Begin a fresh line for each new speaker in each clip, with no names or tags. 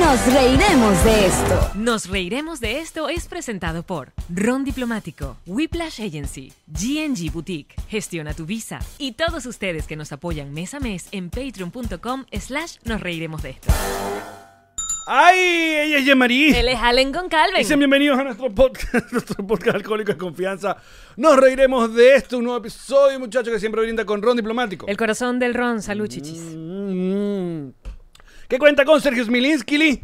Nos reiremos de esto.
Nos reiremos de esto es presentado por Ron Diplomático, Whiplash Agency, GNG Boutique, Gestiona tu Visa y todos ustedes que nos apoyan mes a mes en patreon.com slash nos reiremos de esto.
¡Ay! Ella es Yemarí.
Él es Allen con Calvin.
Dicen bienvenidos a nuestro podcast, nuestro podcast Alcohólico de Confianza. Nos reiremos de esto, un nuevo episodio, muchacho, que siempre brinda con Ron Diplomático.
El corazón del Ron, salud chichis.
Mm. ¿Qué cuenta con Sergio Smilinski, Lee?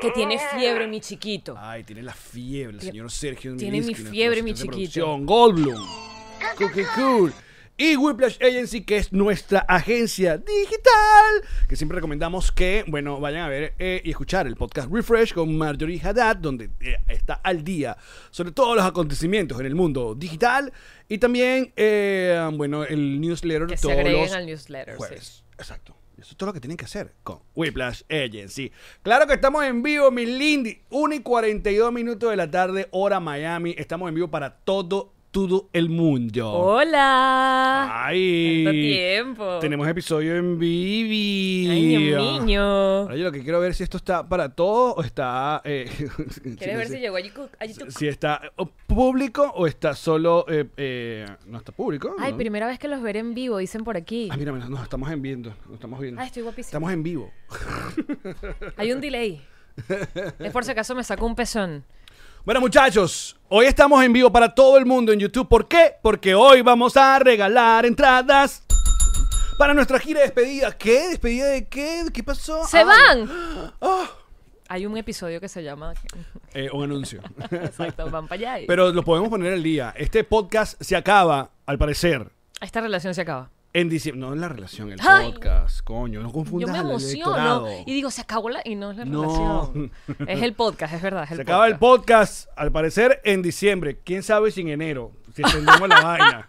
Que tiene fiebre mi chiquito.
Ay, tiene la fiebre, el señor Sergio
tiene mi
Smilinski, nuestro
fiebre, mi
asistente de
chiquito.
producción. Goldblum. Cookie Cool. Y Whiplash Agency, que es nuestra agencia digital, que siempre recomendamos que, bueno, vayan a ver eh, y escuchar el podcast Refresh con Marjorie Haddad, donde eh, está al día sobre todos los acontecimientos en el mundo digital. Y también, eh, bueno, el newsletter
Que se
todos
agreguen
los
al newsletter, sí.
jueves. Exacto. Eso es todo lo que tienen que hacer con Whiplash Agency. Claro que estamos en vivo, mi lindy. 1 y 42 minutos de la tarde, hora Miami. Estamos en vivo para todo, todo el mundo.
Hola.
¡Ay!
¿Cuánto tiempo?
Tenemos episodio en vivo.
Ay, Dios niño.
Ahora yo lo que quiero ver es si esto está para todos o está. eh,
¿Quieres ver
no
si
sé,
llegó allí, cu- allí tu-
si está o público o está solo. eh, eh, no está público.
Ay,
¿no?
primera vez que los veré en vivo, dicen por aquí.
Ah, mira, mira, nos estamos en viendo. Nos estamos viendo.
Ay, estoy guapísima.
Estamos en vivo.
Hay un delay. Es por si acaso me sacó un pezón.
Bueno, muchachos, hoy estamos en vivo para todo el mundo en YouTube. ¿Por qué? Porque hoy vamos a regalar entradas para nuestra gira de despedida. ¿Qué? ¿Despedida de qué? ¿Qué pasó?
¡Se
Ah,
van!
ah.
Hay un episodio que se llama.
Eh, un anuncio.
Exacto, van para allá. y-
Pero lo podemos poner al día. Este podcast se acaba, al parecer,
Esta relación se acaba.
en diciembre. No en la relación, el
Ay.
podcast, coño. No
Yo
confundas
me
al
emociono
electorado.
y digo, se acabó la. Y no es la
No.
relación. Es el podcast, es verdad. es el
Se acaba el
podcast.
podcast, al parecer, en diciembre. ¿Quién sabe si en enero? Si extendemos la vaina.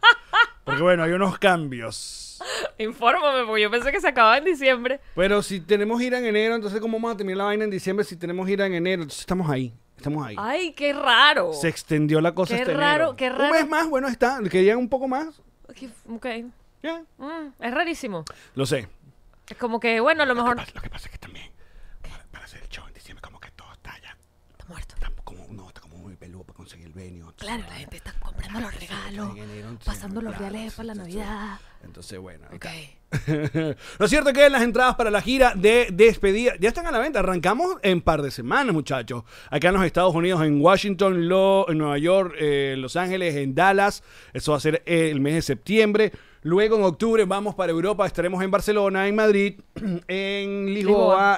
Porque bueno, hay unos cambios.
Infórmame, porque yo pensé que se acababa en diciembre.
Pero si tenemos gira en enero, entonces ¿cómo vamos a terminar la vaina en diciembre si tenemos gira en enero? Entonces estamos ahí. Estamos ahí.
¡Ay, qué raro!
Se extendió la cosa
Qué
este
raro,
enero.
qué
Un
raro.
mes más, bueno, está. Querían un poco más.
Qué- Ok.
Ya.
Mm, es rarísimo.
Lo sé.
Es como que, bueno, a lo mejor.
Lo que pasa es que también, para, para hacer el show en diciembre, como que todo está ya.
Está muerto.
Está como, uno está como muy peludo para conseguir el venio.
Claro, la gente está comprando los regalos, pasando los reales para la Navidad.
Entonces, bueno.
Ok.
Lo cierto es que las entradas para la gira de despedida ya están a la venta. Arrancamos en par de semanas, muchachos. Acá en los Estados Unidos, en Washington, Lo- en Nueva York, eh, Los Ángeles, en Dallas. Eso va a ser eh, el mes de septiembre. Luego en octubre vamos para Europa. Estaremos en Barcelona, en Madrid, en Lisboa,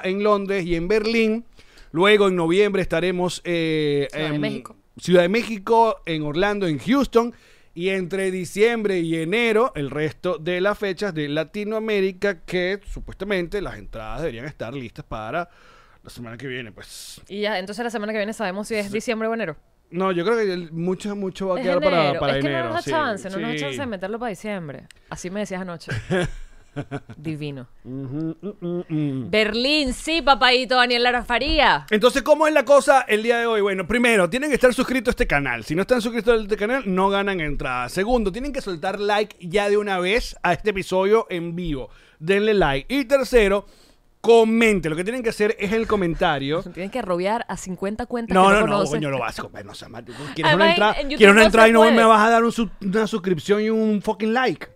Lisboa.
en Londres y en Berlín. Luego en noviembre estaremos eh,
Ciudad de
en
México.
Ciudad de México, en Orlando, en Houston. Y entre diciembre y enero, el resto de las fechas de Latinoamérica, que supuestamente las entradas deberían estar listas para la semana que viene, pues.
Y ya, entonces la semana que viene sabemos si es diciembre o enero.
No, yo creo que el- mucho, mucho va a
Es
quedar
enero.
para, para
es que
enero.
no nos da
sí,
chance, no nos da
sí.
chance de meterlo para diciembre. Así me decías anoche. Divino.
Ujú, mm, mm, mm.
Berlín, sí, papadito Daniel Lara Faría.
Entonces, ¿cómo es la cosa el día de hoy? Bueno, primero, tienen que estar suscritos a este canal. Si no están suscritos a este canal, no ganan entrada. Segundo, tienen que soltar like ya de una vez a este episodio en vivo. Denle like. Y tercero, comenten. Lo que tienen que hacer es el comentario.
Tienen que rodear a 50 cuentas que
No,
no,
no, no,
conocen.
coño, lo vas a comer. No, seas mal. ¿Quieres
Además,
una
en-
entrada?
en YouTube
¿Quieres
no
una
se
entrada y no
puede.
me vas a dar un sub- una suscripción y un fucking like?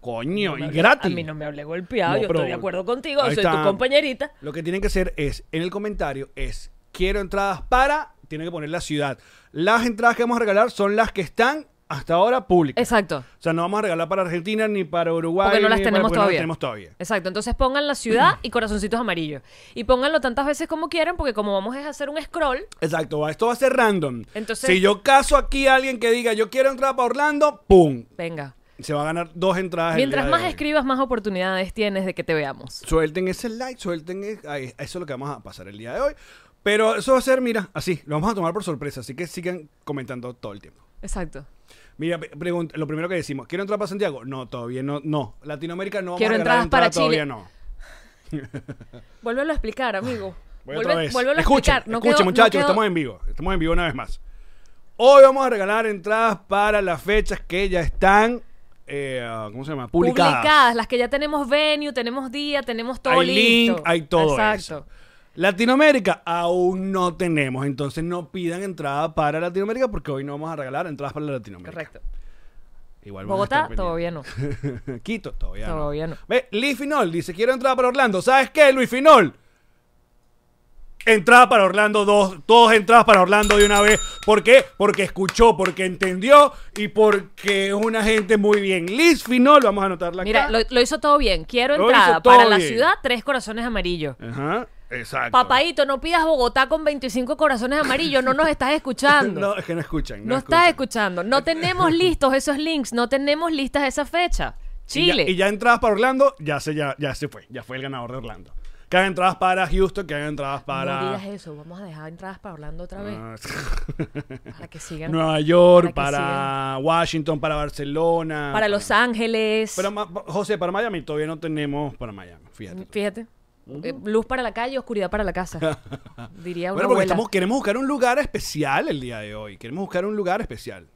Coño, y gratis.
A mí no me hablé golpeado,
No,
yo
pero-
estoy de acuerdo contigo,
ahí
soy
está.
tu compañerita.
Lo que tienen que hacer es, en el comentario, es quiero entradas para, tienen que poner la ciudad. Las entradas que vamos a regalar son las que están hasta ahora públicas.
Exacto.
O sea, no vamos a regalar para Argentina ni para Uruguay.
Porque no las
ni
tenemos
para- porque no
todavía.
las tenemos todavía.
Exacto, entonces pongan la ciudad y corazoncitos amarillos. Y pónganlo tantas veces como quieran, porque como vamos es a hacer un scroll,
Exacto, va- esto va a ser random.
Entonces-
si yo caso aquí a alguien que diga yo quiero entrar para Orlando, ¡pum!
venga.
Se va a ganar dos entradas. el
Mientras
día de
más
hoy.
escribas, más oportunidades tienes de que te veamos.
Suelten ese like, suelten. e- ahí, eso es lo que vamos a pasar el día de hoy. Pero eso va a ser, mira, así, lo vamos a tomar por sorpresa. Así que sigan comentando todo el tiempo.
Exacto.
Mira, pe- pregun- lo primero que decimos, ¿quiero entrar para Santiago? No, todavía no, no. Latinoamérica no. vamos
Quiero
a regalar
entradas para
entrada,
Chile.
Todavía no.
Vuélvelo a explicar, amigo.
Voy
Vuelve-
otra vez.
vuélvelo a
escuchen,
explicar. No
escuchen,
quedó- no
muchachos,
quedó-
estamos en vivo. Estamos en vivo una vez más. Hoy vamos a regalar entradas para las fechas que ya están, eh, ¿cómo se llama? Publicadas.
las que ya tenemos venue, tenemos día, tenemos todo
hay
listo.
link, hay todo
Exacto.
eso. Latinoamérica aún no tenemos, entonces no pidan entrada para Latinoamérica porque hoy no vamos a regalar entradas para Latinoamérica.
Correcto.
Igual van a estar
Bogotá
pendientes.
todavía no.
Quito, todavía,
Todavía no.
Ve, Luis Finol dice, quiero entrada para Orlando. ¿Sabes qué, Luis Finol? Entrada para Orlando, dos, dos entradas para Orlando de una vez. ¿Por qué? Porque escuchó, porque entendió y porque es una gente muy bien. Liz Finol, vamos a anotarla acá.
Mira, lo, lo hizo todo bien. Quiero
Lo hizo
entrada
todo
para la
bien.
ciudad, tres corazones amarillos.
Ajá, exacto.
Papadito, no pidas Bogotá con 25 corazones amarillos, no nos estás escuchando.
No,
no
es que no escuchan. No,
estás
escuchan.
escuchando. No tenemos listos esos links, no tenemos listas esa fecha.
Y ya-
Chile.
Y ya, entradas para Orlando, ya se, ya, ya se fue. Ya fue el ganador de Orlando. Que hagan entradas para Houston, que hagan entradas para... Ah,
No digas eso, vamos a dejar entradas para Orlando otra vez. Para que sigan.
Nueva York,
Para que
para, Washington, para Barcelona.
para Los Ángeles.
Ah. Pero, ma- José, para Miami todavía no tenemos para Miami, fíjate. tú.
Fíjate. Eh, Luz para la calle, oscuridad para la casa. Diría una
Bueno, porque
abuela.
estamos- queremos buscar un lugar especial el día de hoy. Queremos buscar un lugar especial.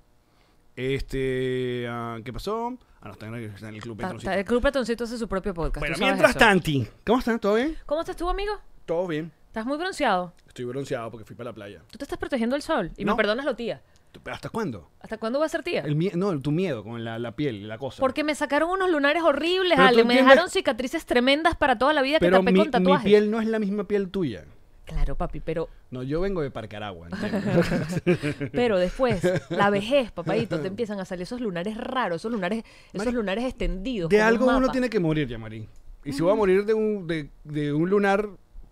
Este, ah, ¿qué pasó? Ah, no, está en el, está en el club.
Ta- ta-
Petroncito.
el Club Platoncito hace su propio podcast.
Bueno,
tú sabes
mientras
eso.
tanto, ¿cómo están? ¿Todo bien?
¿Cómo estás tú, amigo?
Todo bien.
Estás muy bronceado.
Estoy bronceado porque fui para la playa.
Tú te estás protegiendo del sol. Y
No.
me perdonas lo tía.
¿Tú- ¿Hasta cuándo?
¿Hasta cuándo va a ser tía?
El mie- no, tu miedo con la, la piel, la cosa.
Porque me sacaron unos lunares horribles,
Pero
Ale.
tú
Me
entiendes-
dejaron cicatrices tremendas para toda la vida que
Pero
tapé
mi,
con
mi
tatuajes.
piel no es la misma piel tuya.
Claro, papi, pero,
No, yo vengo de Parcaragua. ¿entiendes?
pero después, la vejez, papadito, te empiezan a salir esos lunares raros, esos lunares, esos
Mari-
lunares extendidos.
De
como un
algo uno
mapa. Mm.
tiene que morir, Yamari. Y si voy a morir de un, de, de un lunar,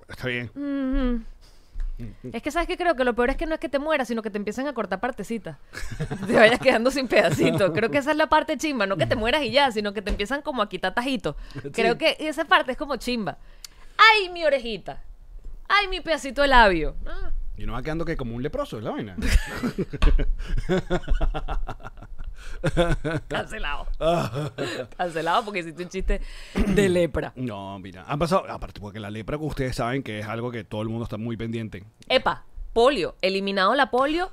está bien.
Mm. Ujú. Es que sabes que creo que lo peor es que no es que te mueras, sino que te empiezan a cortar partecitas. te vayas quedando sin pedacitos. Creo que esa es la parte chimba, no que te mueras y ya, sino que te empiezan como a quitar tajitos. Creo que esa parte es como chimba. Ay, mi orejita. Ay, mi pedacito de labio. Ah,
Y no va quedando que como un leproso, es la vaina.
cancelado. cancelado porque hiciste un chiste de lepra.
no, mira. Han pasado, aparte, porque la lepra, como ustedes saben, que es algo que todo el mundo está muy pendiente.
Epa, polio. Eliminado la polio.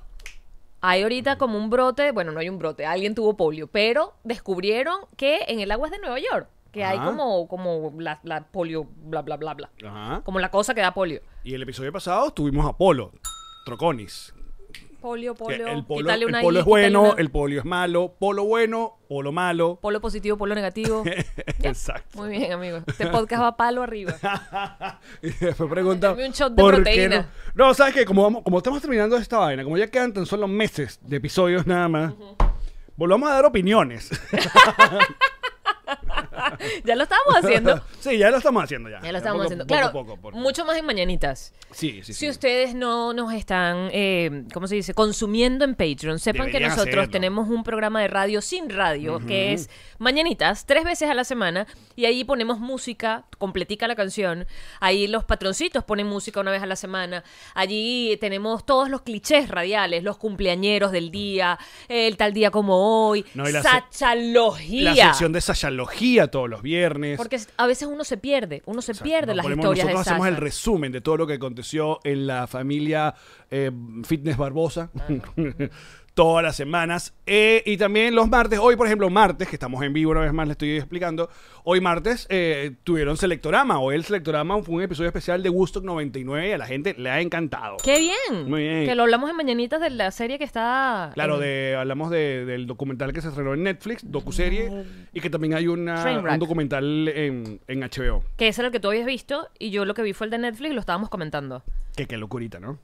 Hay ahorita como un brote, bueno, no hay un brote, alguien tuvo polio, pero descubrieron que en el agua es de Nueva York, que hay
Ajá.
como, como la, la polio, bla, bla, bla, bla.
Ajá.
Como la cosa que da polio.
Y el episodio pasado tuvimos a Polo, Troconis.
Polio,
Que
polio,
el polo,
quítale
el
una
polo
I,
es bueno,
quítale una-
el polio es malo. Polo bueno, polo malo.
Polo positivo, polo negativo. Ya.
Exacto.
Muy bien, amigos. Este podcast va palo arriba.
y después pregunta
Dame un shot de
¿por qué
proteína.
no? No, sabes que como vamos, como estamos terminando esta vaina, como ya quedan tan solo meses de episodios nada más, volvamos a dar opiniones.
Ya lo estábamos haciendo.
sí, ya lo estamos haciendo ya.
Ya lo estábamos
poco-
haciendo.
poco a
claro,
poco, porque-
mucho más en mañanitas.
Sí,
Si
sí, sí.
ustedes no nos están, eh, ¿cómo se dice? Consumiendo en Patreon, sepan que
Deberían
nosotros
hacerlo.
tenemos un programa de radio sin radio, que es mañanitas, tres veces a la semana, y ahí ponemos música, completica la canción, ahí los patroncitos ponen música una vez a la semana, allí tenemos todos los clichés radiales, los cumpleañeros del día, el tal día como hoy,
No, y la se-
sachalogía.
La sección de sachalogía todos los viernes.
Porque a veces uno se pierde, uno se
Exacto,
pierde
nos
las
ponemos-
historias
Nosotros
de
hacemos el
Sacha.
resumen de todo lo que aconteció en la familia eh, Fitness Barbosa. Todas las semanas. Eh, y también los martes. Hoy, por ejemplo, martes, que estamos en vivo una vez más, le estoy explicando. Hoy martes eh, tuvieron Selectorama. Hoy el Selectorama fue un episodio especial de Woodstock 99 y a la gente le ha encantado.
¡Qué bien!
Muy bien.
Que lo hablamos en Mañanitas de la serie que está...
Claro,
en-
de, hablamos de- del documental que se estrenó en Netflix, docuserie, y que también hay una,
Trainwreck.
un documental en, en HBO.
Que ese era el que tú habías visto y yo lo que vi fue el de Netflix y lo estábamos comentando.
Que qué locurita, ¿no?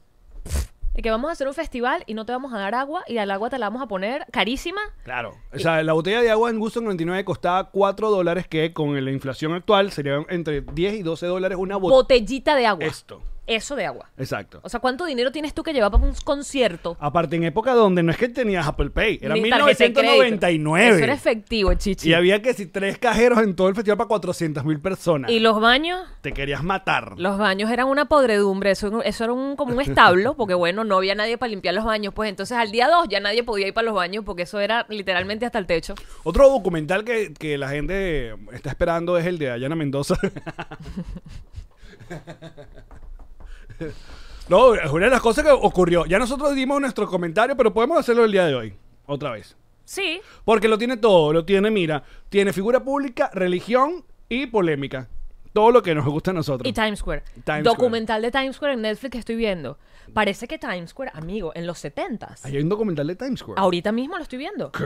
Y que vamos a hacer un festival y no te vamos a dar agua y al agua te la vamos a poner carísima.
Claro. O sea, la botella de agua en Gusto 99 costaba 4 dólares, que con la inflación actual serían entre 10 y 12 dólares una botella.
Botellita de agua.
Esto.
Eso de agua.
Exacto.
O sea, ¿cuánto dinero tienes tú que llevar para un concierto?
Aparte, en época donde no es que tenías Apple Pay, Ah, era
Ni tarjeta de crédito. Eso era
1999.
efectivo, chichi.
Y había que si tres cajeros en todo el festival para 400 mil personas.
¿Y los baños?
Te querías matar.
Los baños eran una podredumbre, eso, eso era un, como un establo, porque bueno, no había nadie para limpiar los baños, pues entonces al día 2 ya nadie podía ir para los baños porque eso era literalmente hasta el techo.
Otro documental que, que la gente está esperando es el de Ayana Mendoza. no, es una de las cosas que ocurrió. Ya nosotros dimos nuestro comentario, pero podemos hacerlo el día de hoy, otra vez.
Sí,
Porque lo tiene todo, lo tiene, mira, tiene figura pública, religión y polémica. Todo lo que nos gusta a nosotros.
Y Times Square.
Times
Documental de Times Square en Netflix que estoy viendo. Parece que Times Square, amigo, en los 70s.
Ahí hay un documental de Times Square.
Ahorita mismo lo estoy viendo.
¿Qué?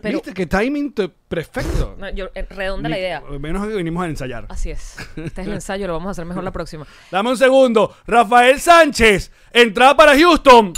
Pero-
¿Viste? Que timing te- perfecto.
No, yo, eh, redonda
Ni-
la idea.
Menos que vinimos a ensayar.
Así es. Este es el ensayo, lo vamos a hacer mejor la próxima.
Dame un segundo. Rafael Sánchez, entrada para Houston.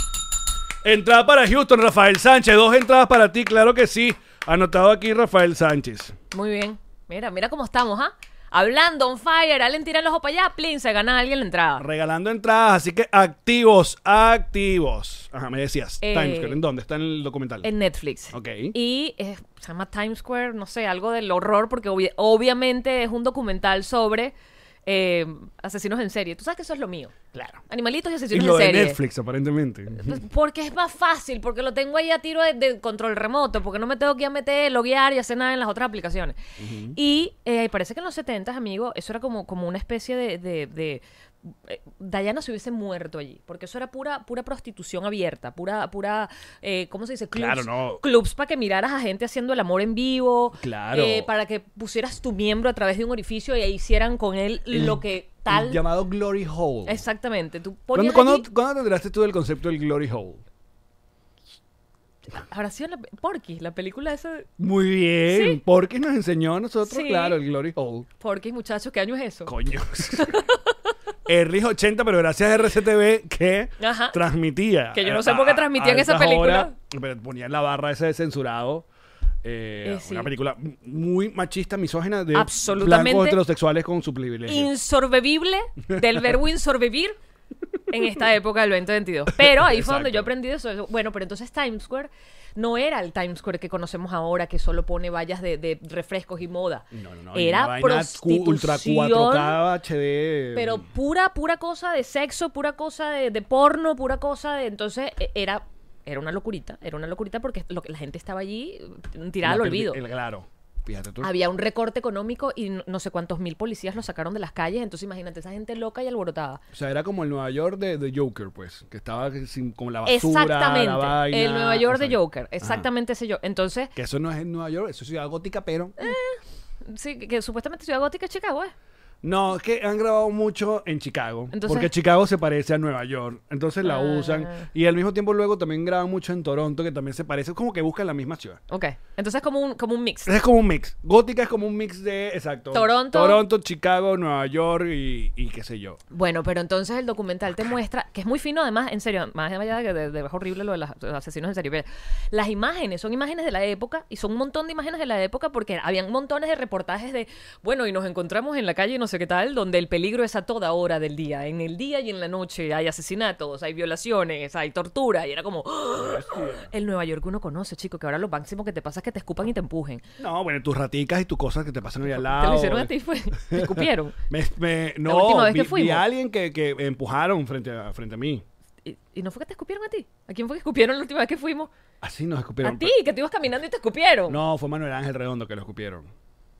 Entrada para Houston, Rafael Sánchez. Dos entradas para ti, claro que sí. Anotado aquí Rafael Sánchez.
Muy bien. Mira, mira cómo estamos, ¿ah? Hablando, on fire, alguien tira el ojo para allá, plin, se gana alguien la entrada.
Regalando entradas, así que activos, activos. Ajá, me decías.
Eh,
Times Square, ¿en dónde? Está en el documental.
En Netflix.
Ok.
Y eh, se llama Times Square, no sé, algo del horror, porque obvi- obviamente es un documental sobre eh, asesinos en serie. Tú sabes que eso es lo mío.
Claro.
Animalitos y
Y
asesinos
lo
en
de
serie.
Netflix, aparentemente.
Pues, Porque es más fácil, porque lo tengo ahí a tiro de, de control remoto, porque no me tengo que ir a meter, loguear y hacer nada en las otras aplicaciones. Y eh, parece que en los 70, amigo, eso era como, como una especie de... de, de- eh, Diana se hubiese muerto allí, porque eso era pura pura prostitución abierta, pura, pura eh, ¿cómo se dice?
Claro, no.
Clubs para que miraras a gente haciendo el amor en vivo,
Claro.
eh, para que pusieras tu miembro a través de un orificio y ahí hicieran con él lo que tal...
El llamado Glory Hole.
Exactamente, tú ponías
¿Cuándo,
allí-
cuándo- cuándo te enteraste tú del concepto del Glory Hole?
Habrá sido en la pe- Porky, la película esa de
Muy bien.
Sí.
Porque nos enseñó a nosotros,
Sí.
claro, el Glory Hole.
Porky, muchachos, ¿qué año es eso?
Coño. Erlich 80, pero gracias a RCTV que
Ajá.
transmitía.
Que yo no
a-
sé por qué
a-
transmitían
a
esa
altas
película.
horas, pero ponían la barra ese de censurado. eh,
Eh, sí.
Una película muy machista, misógina, de
Absolutamente.
blancos heterosexuales con su privilegio.
Insorbebible, del verbo insorbevivir en esta época del 2022. Pero ahí fue donde
Exacto.
yo aprendí eso, eso. Bueno, pero entonces Times Square no era el Times Square que conocemos ahora, que solo pone vallas de, de refrescos y moda.
No, no, no, y una
era
vaina cu-
prostitución.
ultra 4K HD.
Pero pura, pura cosa de sexo, pura cosa de, de porno, pura cosa de... Entonces e- era... Era una locurita, era una locurita porque lo que- la gente estaba allí eh, tirada al
una
olvido.
perdi- el- claro. Fíjate tú.
Había un recorte económico y no, no sé cuántos mil policías lo sacaron de las calles. Entonces, imagínate, esa gente loca y alborotada.
O sea, era como el Nueva York de, de Joker, pues. Que estaba sin, como la basura, la vaina.
el Nueva York de
o sea,
Joker.
ajá.
Exactamente ese yo. Entonces,
Que eso no es en Nueva York, eso es Ciudad Gótica, pero...
sí, que, que supuestamente Ciudad Gótica es Chicago, ¿eh?
No, es que han grabado mucho en Chicago.
Entonces-
porque Chicago se parece a Nueva York. Entonces la
Ah.
usan. Y al mismo tiempo luego también graban mucho en Toronto, que también se parece. Es como que buscan la misma ciudad.
Ok. Entonces, es como un, como un mix.
Es como un mix. Gótica es como un mix de, exacto.
Toronto.
Toronto, Chicago, Nueva York y, y qué sé yo.
Bueno, pero entonces el documental te muestra, que es muy fino además, en serio, más allá de que de- de- es horrible lo de las- los asesinos en serie, pero las imágenes son imágenes de la época y son un montón de imágenes de la época porque habían montones de reportajes de, bueno, y nos encontramos en la calle no sé qué tal, donde el peligro es a toda hora del día, en el día y en la noche hay asesinatos, hay violaciones, hay tortura y era como... ¡ah! El Nueva York que uno conoce, chico, que ahora lo máximo que te pasa es que te escupan y te empujen.
No, bueno, tus raticas y tus cosas que te pasan ahí al lado.
te lo hicieron a ti, fue, te escupieron.
Me- me- no,
última vez
vi,
que
vi
fuimos.
a alguien que, que empujaron frente a, frente a mí.
Y, y no fue que te escupieron a ti. ¿A quién fue que escupieron la última vez que fuimos?
Así nos escupieron.
a ti, que tú ibas caminando y te escupieron.
No, fue Manuel Ángel Redondo que lo escupieron.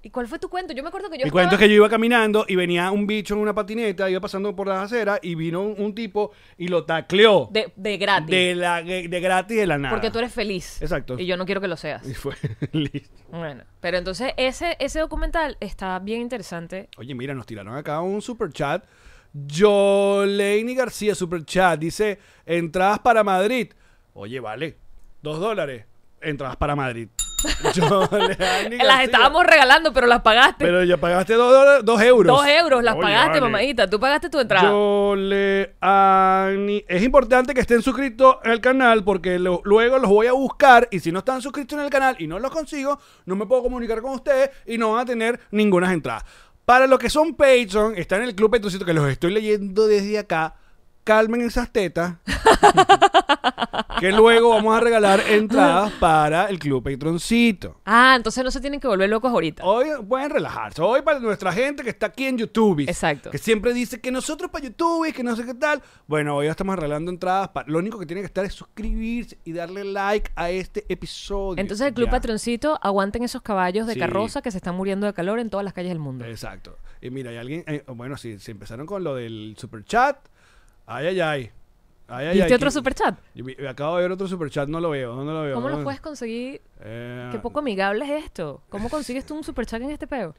¿Y cuál fue tu cuento? Yo me acuerdo que yo
Mi
estaba-
cuento es que yo iba caminando y venía un bicho en una patineta, iba pasando por las aceras y vino un, un tipo y lo tacleó de,
de, de gratis.
la, de gratis de la nada.
Porque tú eres feliz.
Exacto.
Y yo no quiero que lo seas.
Y fue listo.
Bueno. Pero entonces ese, ese documental está bien interesante.
Oye, mira, nos tiraron acá un super chat. Yoleni García, super chat, dice: Entradas para Madrid. Oye, vale, dos dólares. Entradas para Madrid. Yoleni
Las
García.
estábamos regalando, pero las pagaste.
Pero ya pagaste dos, dólares, dos euros.
Dos euros las
Oye,
pagaste,
vale.
mamadita. Tú pagaste tu entrada.
Yo le ani- Es importante que estén suscritos al canal porque lo- luego los voy a buscar y si no están suscritos en el canal y no los consigo, no me puedo comunicar con ustedes y no van a tener ninguna entrada. Para los que son Patreon, está en el club Petrocito que los estoy leyendo desde acá. Calmen esas tetas. que luego vamos a regalar entradas para el club Patroncito.
Ah, entonces no se tienen que volver locos ahorita.
Hoy pueden relajarse. Hoy para nuestra gente que está aquí en YouTube.
Exacto.
Que siempre dice que nosotros para YouTube, que no sé qué tal. Bueno, hoy ya estamos arreglando entradas. para- Lo único que tiene que estar es suscribirse y darle like a este episodio.
Entonces el Club
Ya.
Patroncito, aguanten esos caballos de
Sí.
carroza que se están muriendo de calor en todas las calles del mundo.
Exacto. Y mira, hay alguien. eh, bueno, sí, se empezaron con lo del super chat. Ay, ay, ay. Ay, ay,
¿Viste
ay,
este otro
que-
superchat?
Yo vi- Acabo de ver otro super chat, no lo veo. No lo veo
¿Cómo
no
lo puedes conseguir?
Eh,
Qué poco amigable es esto. ¿Cómo consigues tú un superchat en este peo?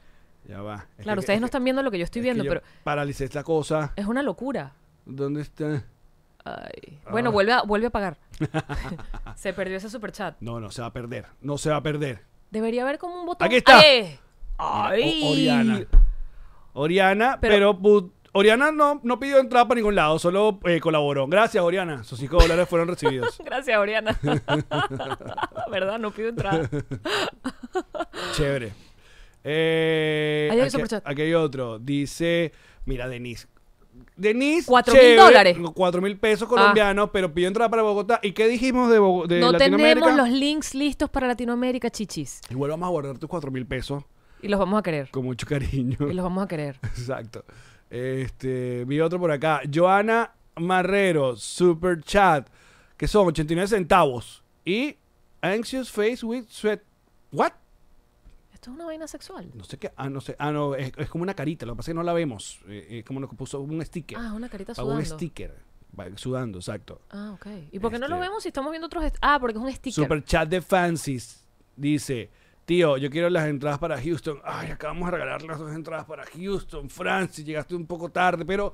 Ya va. Es
Claro,
que-
ustedes
es
no
que-
están viendo lo que yo estoy
es que
viendo,
yo
pero
Paralicé esta cosa.
es una locura.
¿Dónde está?
Ay. Bueno,
Ah.
vuelve a, vuelve a pagar. Se perdió ese superchat.
No, no se va a perder. No se va a perder.
Debería haber como un botón. ¡Eh!
Aquí está.
¡Ay!
O- Oriana. Oriana,
Pero-
pero, pu- Oriana no, no pidió entrada para ningún lado, solo eh, colaboró. Gracias, Oriana. Sus 5 dólares fueron recibidos.
Gracias, Oriana. ¿Verdad? No pido entrada.
Chévere. Eh,
Ahí hay un
aquí,
superchat.
aquí hay otro. Dice, mira, Denise. Denise.
Cuatro mil
chévere,
dólares. Ah.
Cuatro mil pesos colombianos, pero pidió entrada para Bogotá. ¿Y qué dijimos de, Bogo- de
No
Latinoamérica?
tenemos los links listos para Latinoamérica, chichis.
Igual vamos a guardar tus cuatro mil pesos
Y los vamos a querer.
con mucho cariño.
Y los vamos a querer.
Exacto. Este, vi otro por acá. Joana Marrero, super chat, que son 89 centavos. Y Anxious Face with Sweat. ¿What?
Esto es una vaina sexual.
No sé qué. Ah, no sé. Ah, no, es, es como una carita. Lo que pasa es que no la vemos. Eh, eh, como lo que puso un sticker.
Ah, una carita
Ah, un
sudando.
sticker. Va- Sudando, exacto.
Ah, ok. ¿Y por qué no lo
Este-
vemos si estamos viendo otros? est- Ah, porque es un sticker.
Super chat de Francis dice: Tío, yo quiero las entradas para Houston. Ay, acabamos de regalar las dos entradas para Houston. Francis, llegaste un poco tarde, pero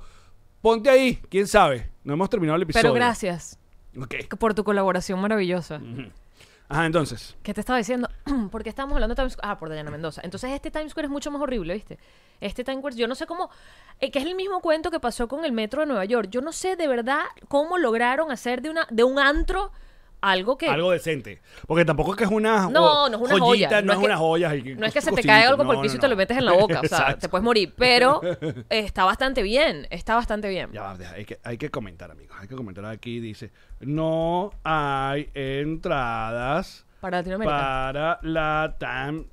ponte ahí, quién sabe. No hemos terminado el episodio.
Pero gracias
Ok.
por tu colaboración maravillosa.
Ajá, entonces.
¿Qué te estaba diciendo? Porque estábamos hablando de Times Square. Ah, por Dayana Mendoza. Entonces este Times Square es mucho más horrible, ¿viste? Este Times Square, yo no sé cómo... eh, que es el mismo cuento que pasó con el metro de Nueva York. Yo no sé de verdad cómo lograron hacer de, una, de un antro algo que...
Algo decente. Porque tampoco es que es una
No,
o-
no es una
joyita,
joya.
No, es
que-
una joya. y
No es que se te
cosita,
cae algo por
no,
el piso
no,
y te
no.
lo metes en la boca. o sea,
Exacto.
te puedes morir. Pero eh, está bastante bien. Está bastante bien.
Ya va, deja, hay que, hay que comentar, amigos. Hay que comentar aquí. Dice: No hay entradas
Para Latinoamérica.
para la TAM.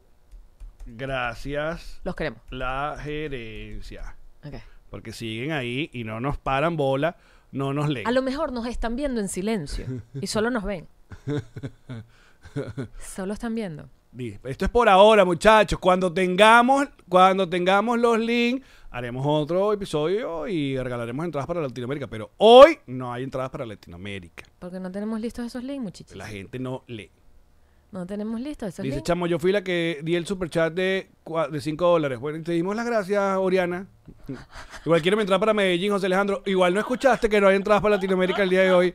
Gracias,
Los queremos.
la gerencia.
Ok.
Porque siguen ahí y no nos paran bola, no nos leen.
A lo mejor nos están viendo en silencio y solo nos ven. Solo están viendo.
Dice, Esto es por ahora, muchachos. Cuando tengamos, cuando tengamos los links, haremos otro episodio y regalaremos entradas para Latinoamérica. Pero hoy no hay entradas para Latinoamérica.
Porque no tenemos listos esos links, muchachos.
La gente no lee.
No tenemos listos esos
Dice
links.
Chamo, yo fui la que di el superchat de, cua- de 5 dólares. Bueno, y te dimos las gracias, Oriana. Igual quiero entrar para Medellín, José Alejandro. Igual no escuchaste que no hay entradas para Latinoamérica el día de hoy.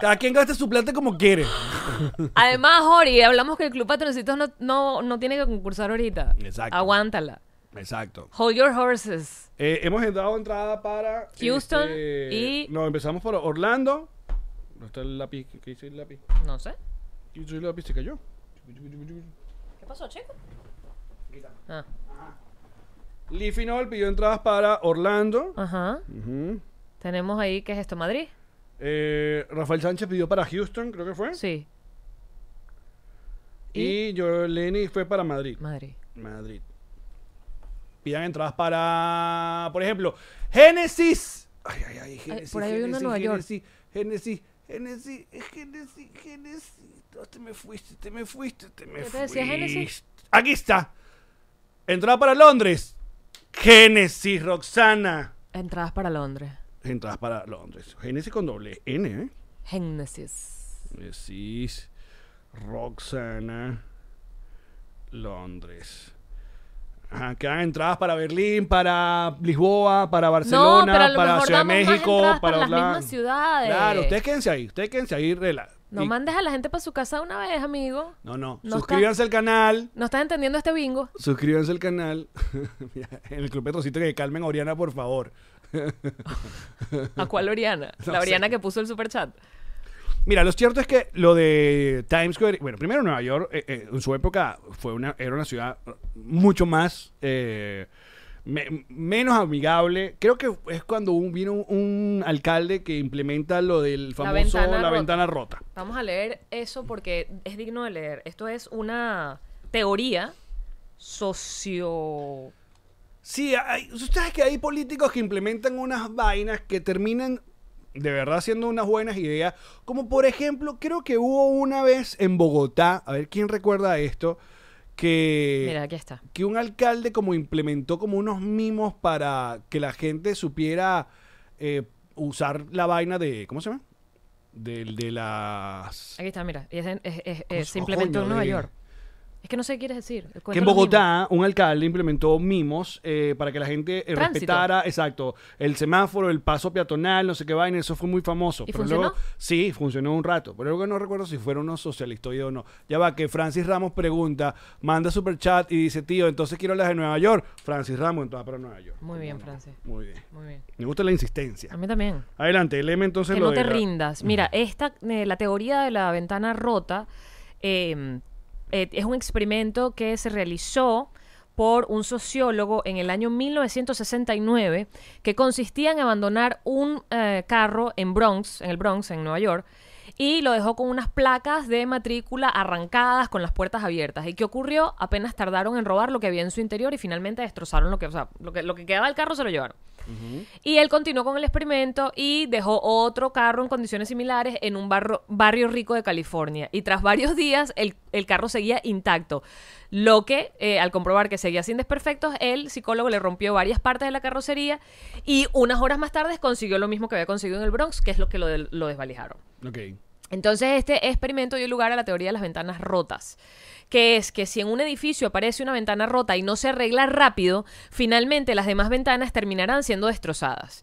Cada quien gaste su plata como quiere.
Además, Ori, hablamos que el Club Patroncitos no, no, no tiene que concursar ahorita.
Exacto.
Aguántala.
Exacto.
Hold your horses.
Eh, hemos dado entrada para
Houston
este,
y-
No, empezamos por Orlando. ¿Dónde está el lápiz? ¿Qué hice el lápiz?
No sé.
¿Qué hice el lápiz? Se cayó.
¿Qué pasó, chico? Ah.
Lifinol pidió entradas para Orlando.
Ajá.
Ujú.
Tenemos ahí, ¿qué es esto? ¿Madrid?
Eh, Rafael Sánchez pidió para Houston, creo que fue.
Sí,
Y yo, Lenny fue para Madrid.
Madrid.
Madrid. Pidan entradas para, por ejemplo, Génesis. Ay, ay, ay, Génesis.
Eh, por ahí hay uno en
Génesis,
Nueva York.
Génesis, Génesis, Génesis, Génesis, Génesis. No, te me fuiste, te me fuiste, te me
¿Qué te
fuiste.
decía Génesis?
Aquí está. Entrada para Londres. Génesis, Roxana.
Entradas para Londres.
Entradas para Londres. Génesis con doble N, ¿eh?
Génesis.
Decís Roxana Londres. Ajá, quedan entradas para Berlín, para Lisboa,
No, pero
para
a
Barcelona,
lo
para
mejor
Ciudad de
damos más
México,
entradas
para,
para las
Orlando.
mismas ciudades.
Claro, ustedes quédense ahí, ustedes quédense ahí, rela.
No
Y-
mandes a la gente para su casa una vez, amigo.
no, no.
No
Suscríbanse al canal.
¿No estás entendiendo este bingo?
Suscríbanse al canal. Mira, en el Club Petrocito que calmen a Oriana, por favor.
¿A cuál Oriana?
No
la Oriana
sé.
que puso el superchat.
Mira, lo cierto es que lo de Times Square, bueno, primero Nueva York eh, eh, en su época fue una, era una ciudad uh, mucho más, eh, me- menos amigable. Creo que es cuando un- vino un, un alcalde que implementa lo del famoso la ventana,
ventana
rota.
rota. Vamos a leer eso porque es digno de leer. Esto es una teoría socio...
Sí, hay, ustedes que hay políticos que implementan unas vainas que terminan de verdad siendo unas buenas ideas. Como por ejemplo, creo que hubo una vez en Bogotá, a ver quién recuerda esto, que...
Mira, aquí está.
que un alcalde como implementó como unos mimos para que la gente supiera eh, usar la vaina de ¿cómo se llama? Del de las
Aquí está, mira. Y es en- es- es-
¿cómo
es-
se-
se
oh,
implementó en
coño,
Nueva
de-
York. Es que no sé qué quieres decir.
Que en Bogotá un alcalde implementó mimos eh, para que la gente eh,
Tránsito.
respetara, exacto, el semáforo, el paso peatonal, no sé qué vaina, eso fue muy famoso.
¿Y
pero
funcionó?
luego sí, funcionó un rato, pero luego no recuerdo si fueron unos socialistoides o no. Ya va que Francis Ramos pregunta, manda super chat y dice, "Tío, entonces quiero las de Nueva York." Francis Ramos entonces va para Nueva York.
Muy bien, Francis.
Muy bien.
Muy bien.
Me gusta la insistencia.
A mí también.
Adelante, léeme entonces
que
lo
no
de
te
la-
rindas. Mira, esta, eh, la teoría de la ventana rota eh, eh, es un experimento que se realizó por un sociólogo en el año 1969 que consistía en abandonar un eh, carro en Bronx, en el Bronx, en Nueva York, y lo dejó con unas placas de matrícula arrancadas con las puertas abiertas. ¿Y qué ocurrió? Apenas tardaron en robar lo que había en su interior y finalmente destrozaron lo que, o sea, lo que, lo que quedaba del carro se lo llevaron. Y él continuó con el experimento y dejó otro carro en condiciones similares en un barro- barrio rico de California. Y tras varios días, el, el carro seguía intacto. Lo que, eh, al comprobar que seguía sin desperfectos, el psicólogo le rompió varias partes de la carrocería y unas horas más tarde consiguió lo mismo que había conseguido en el Bronx, que es lo que lo, del- lo desvalijaron.
Ok.
Entonces, este experimento dio lugar a la teoría de las ventanas rotas, que es que si en un edificio aparece una ventana rota y no se arregla rápido, finalmente las demás ventanas terminarán siendo destrozadas.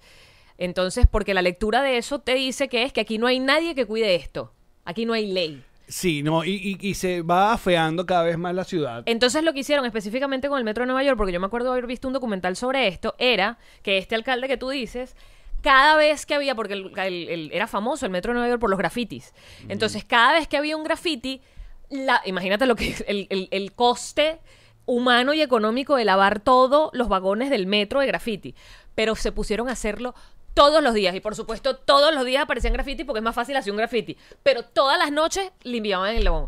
Entonces, porque la lectura de eso te dice que es que aquí no hay nadie que cuide esto, aquí no hay ley.
Sí, no, y, y- y se va afeando cada vez más la ciudad.
Entonces lo que hicieron específicamente con el Metro de Nueva York, porque yo me acuerdo haber visto un documental sobre esto, era que este alcalde que tú dices, cada vez que había, porque el- el- el- era famoso el Metro de Nueva York por los grafitis, entonces cada vez que había un graffiti, la, imagínate lo que es el, el- el coste humano y económico de lavar todos los vagones del metro de graffiti, pero se pusieron a hacerlo todos los días y por supuesto todos los días aparecían graffiti porque es más fácil hacer un graffiti, pero todas las noches limpiaban el vagón.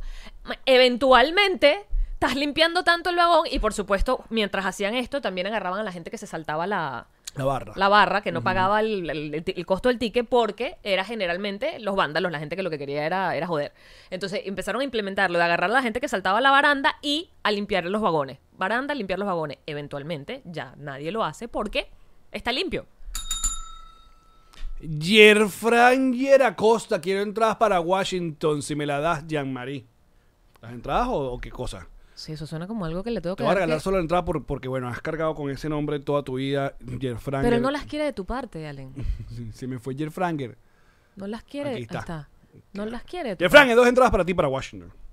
Eventualmente estás limpiando tanto el vagón y por supuesto mientras hacían esto también agarraban a la gente que se saltaba la,
La barra.
la barra, que no pagaba el, el- el ti- el costo del ticket porque era generalmente los vándalos, la gente que lo que quería era, era joder. Entonces empezaron a implementarlo, de agarrar a la gente que saltaba la baranda y a limpiar los vagones. Baranda, limpiar los vagones. Eventualmente ya nadie lo hace porque está limpio.
Yerfran Yeracosta, quiero entradas para Washington, si me la das, Jean-Marie. ¿Las entradas o, o qué cosa?
Sí, eso suena como algo que le tengo
Te
que
voy a
dar
regalar
que-
solo la entrada por- porque, bueno, has cargado con ese nombre toda tu vida, Yerfran.
Pero él
Yer-
no las quiere de tu parte, Allen.
Se me fue Yerfranger.
No las quiere.
Aquí
ahí
está.
está. No las quiere. de tu
Yerfranger, dos entradas para ti para Washington.
parte.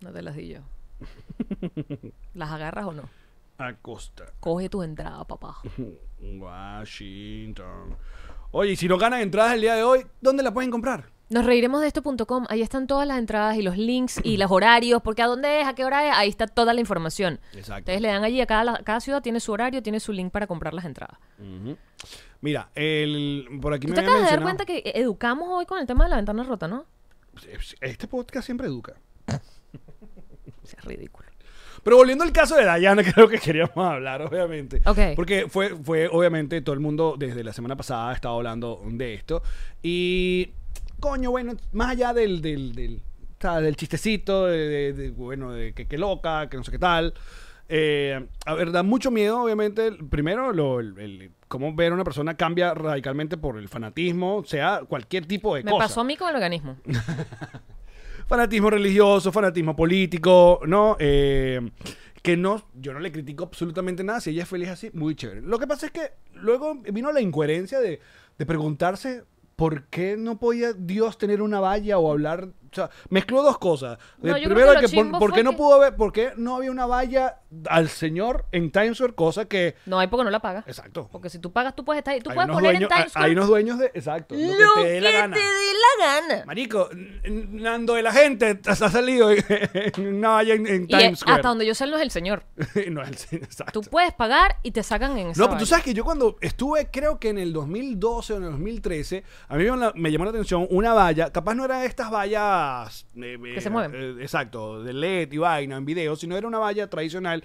No te las di yo. ¿Las agarras o no?
Acosta.
Coge tu entrada, papá.
Washington. Oye, y si no ganan entradas el día de hoy, ¿dónde la pueden comprar?
Nos reiremos de esto.com. Ahí están todas las entradas y los links y los horarios. Porque a dónde es, a qué hora es, ahí está toda la información.
Exacto.
Ustedes le dan allí a cada, la- cada ciudad, tiene su horario, tiene su link para comprar las entradas.
Mira, el, por aquí
Tú
me
te
habían
acabas de dar
mencionado-
cuenta que educamos hoy con el tema de la ventana rota, ¿no?
Este podcast siempre educa.
O sea, es ridículo.
Pero volviendo al caso de Dayana, que es lo que queríamos hablar, obviamente.
Ok.
Porque fue, fue, obviamente, todo el mundo desde la semana pasada ha estado hablando de esto. Y, coño, bueno, más allá del, del, del, o sea, del chistecito, de, de- de, bueno, de que, que loca, que no sé qué tal. eh, a ver, da mucho miedo, obviamente. el- Primero, lo, el, el- cómo ver a una persona cambia radicalmente por el fanatismo, sea cualquier tipo de
Me
cosa
pasó a mí con el organismo.
fanatismo religioso, fanatismo político, ¿no? Eh, que no, yo no le critico absolutamente nada, si ella es feliz así, muy chévere. Lo que pasa es que luego vino la incoherencia de, de preguntarse por qué no podía Dios tener una valla o hablar, o sea, mezcló dos cosas.
No,
Eh,
yo creo
primero,
que lo
que por,
chimbo
por
fue
qué no
que-
pudo haber, por qué no había una valla al Señor en Times Square, cosa que,
No hay porque no la pagas.
exacto.
Porque si tú pagas, tú puedes estar ahí. Tú
Hay
puedes
unos
poner
dueños-
en Times
hay- hay
Square
unos dueños de, exacto, lo que te dé la gana.
la gana.
Marico, n- n- Nando de la gente t- ha salido en- en una valla en, en
Y eh,
Times Square.
hasta donde yo sé no es el señor.
no, es el cine, exacto.
Tú puedes pagar y te sacan en esa
No, pero tú
vaina.
sabes que yo cuando estuve, creo que en el 2012 o en el 2013, a mí me, la- me llamó la atención una valla, capaz no era de estas vallas... eh,
Que
eh,
se mueven.
eh, exacto, de LED y vaina, en video, sino era una valla tradicional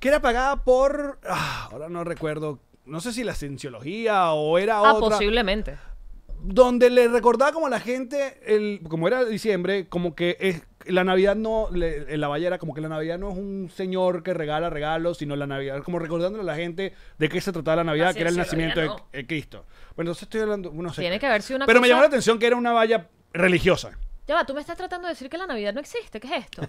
que era pagada por... ah, ahora no recuerdo, no sé si la cienciología o era
Ah,
otra...
posiblemente.
donde le recordaba como a la gente, el, como era diciembre, como que es, la Navidad no, le- en la valla era como que la Navidad no es un señor que regala regalos, sino la Navidad, como recordándole a la gente de qué se trataba la Navidad,
Así
que era el
es,
nacimiento de,
no.
de Cristo. Bueno, entonces estoy hablando, no sé.
Tiene que haber sido una
Pero me
cosa-
llamó la atención que era una valla religiosa.
Ya va, tú me estás tratando de decir que la Navidad no existe. ¿Qué es esto?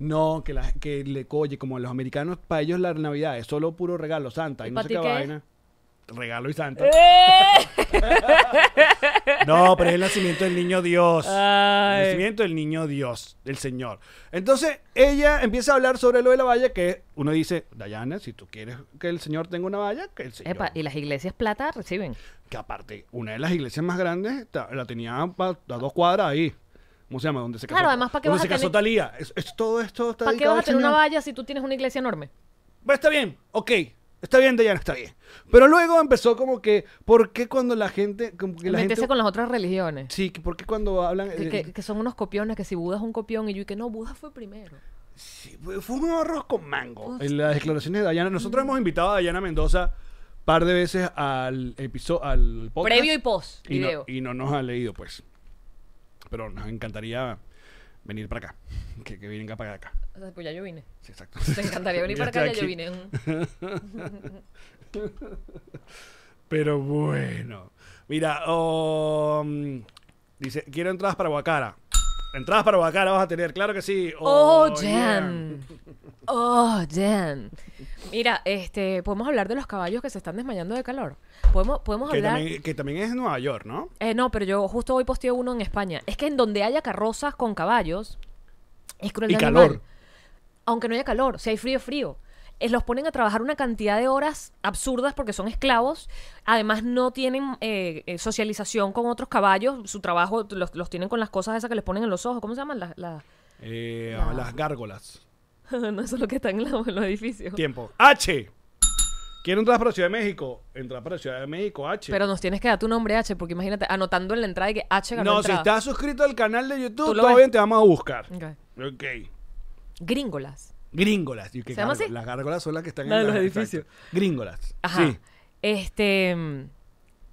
No, que, la, que le coye, como a los americanos, para ellos la Navidad es solo puro regalo, Santa, y
¿Y
no
pa'
sé
ti
qué
qué es?
vaina. Regalo y Santa.
¡Eh!
No, pero es el nacimiento del niño Dios.
Ay.
El nacimiento del niño Dios, del Señor. Entonces, ella empieza a hablar sobre lo de la valla, que uno dice, Dayana, si tú quieres que el Señor tenga una valla, que el Señor...
Epa, y las iglesias plata reciben.
Que aparte, una de las iglesias más grandes ta- la tenía pa- a dos cuadras ahí. ¿Cómo se llama? Donde se casó,
Claro, además, ¿pa' qué
donde
vas a
se casó
tener-
Talía. Es, es- todo esto está
¿Para qué
dedicado
vas a
al
tener una
Señor.
valla si tú tienes una iglesia enorme?
Bueno, está bien, ok. Está bien, Dayana, está bien. Pero luego empezó como que, ¿por qué cuando la gente... Como que la
Meterse
gente...
con las otras religiones.
Sí, ¿por qué cuando hablan...
Que,
eh,
que- que son unos copiones, que si Buda es un copión y yo y que no, Buda fue primero.
Sí, pues, fue fue un arroz con mango. En las declaraciones de Dayana, nosotros hemos invitado a Dayana Mendoza par de veces al episodio, al podcast.
Previo y post
y
video.
no, y no nos ha leído, pues. Pero nos encantaría venir para acá. Que, que venga para acá.
O sea, pues ya yo vine.
Sí, exacto.
Te encantaría venir para acá, ya
estoy
yo
aquí.
vine. Mm.
Pero bueno. Mira, oh, mm, dice, quiero entradas para Guacara. Entradas para Guacara vas a tener, claro que sí.
Oh,
yeah.
Jan. Oh, Jan. Mira, este, podemos hablar de los caballos que se están desmayando de calor. Podemos, podemos
Que
hablar.
también, que también es Nueva York, ¿no?
Eh, no, pero yo justo hoy posteo uno en España. Es que en donde haya carrozas con caballos, es cruel.
Y calor.
Aunque no haya calor, si hay frío, frío. Eh, los ponen a trabajar una cantidad de horas absurdas porque son esclavos. Además, no tienen eh, eh, socialización con otros caballos. Su trabajo los, los tienen con las cosas esas que les ponen en los ojos. ¿Cómo se llaman? Las, las-
Eh,
No.
Las gárgolas.
no, eso es lo que están en, la- en los edificios.
Tiempo. H. Quiero entrar para Ciudad de México. Entrar para Ciudad de México, H.
Pero nos tienes que dar tu nombre, H, porque imagínate, anotando en la entrada y que H ganó
no, si
entrada.
estás suscrito al canal de YouTube,
Tú lo
todo
ves.
bien, te vamos a buscar.
Ok.
Ok.
Gringolas.
Gringolas. ¿Y qué
¿Se llama
gárgolas?
así?
Las gárgolas son las que están
La de
las-
los edificios.
exacto. Gringolas.
Ajá.
Sí.
Este. mm,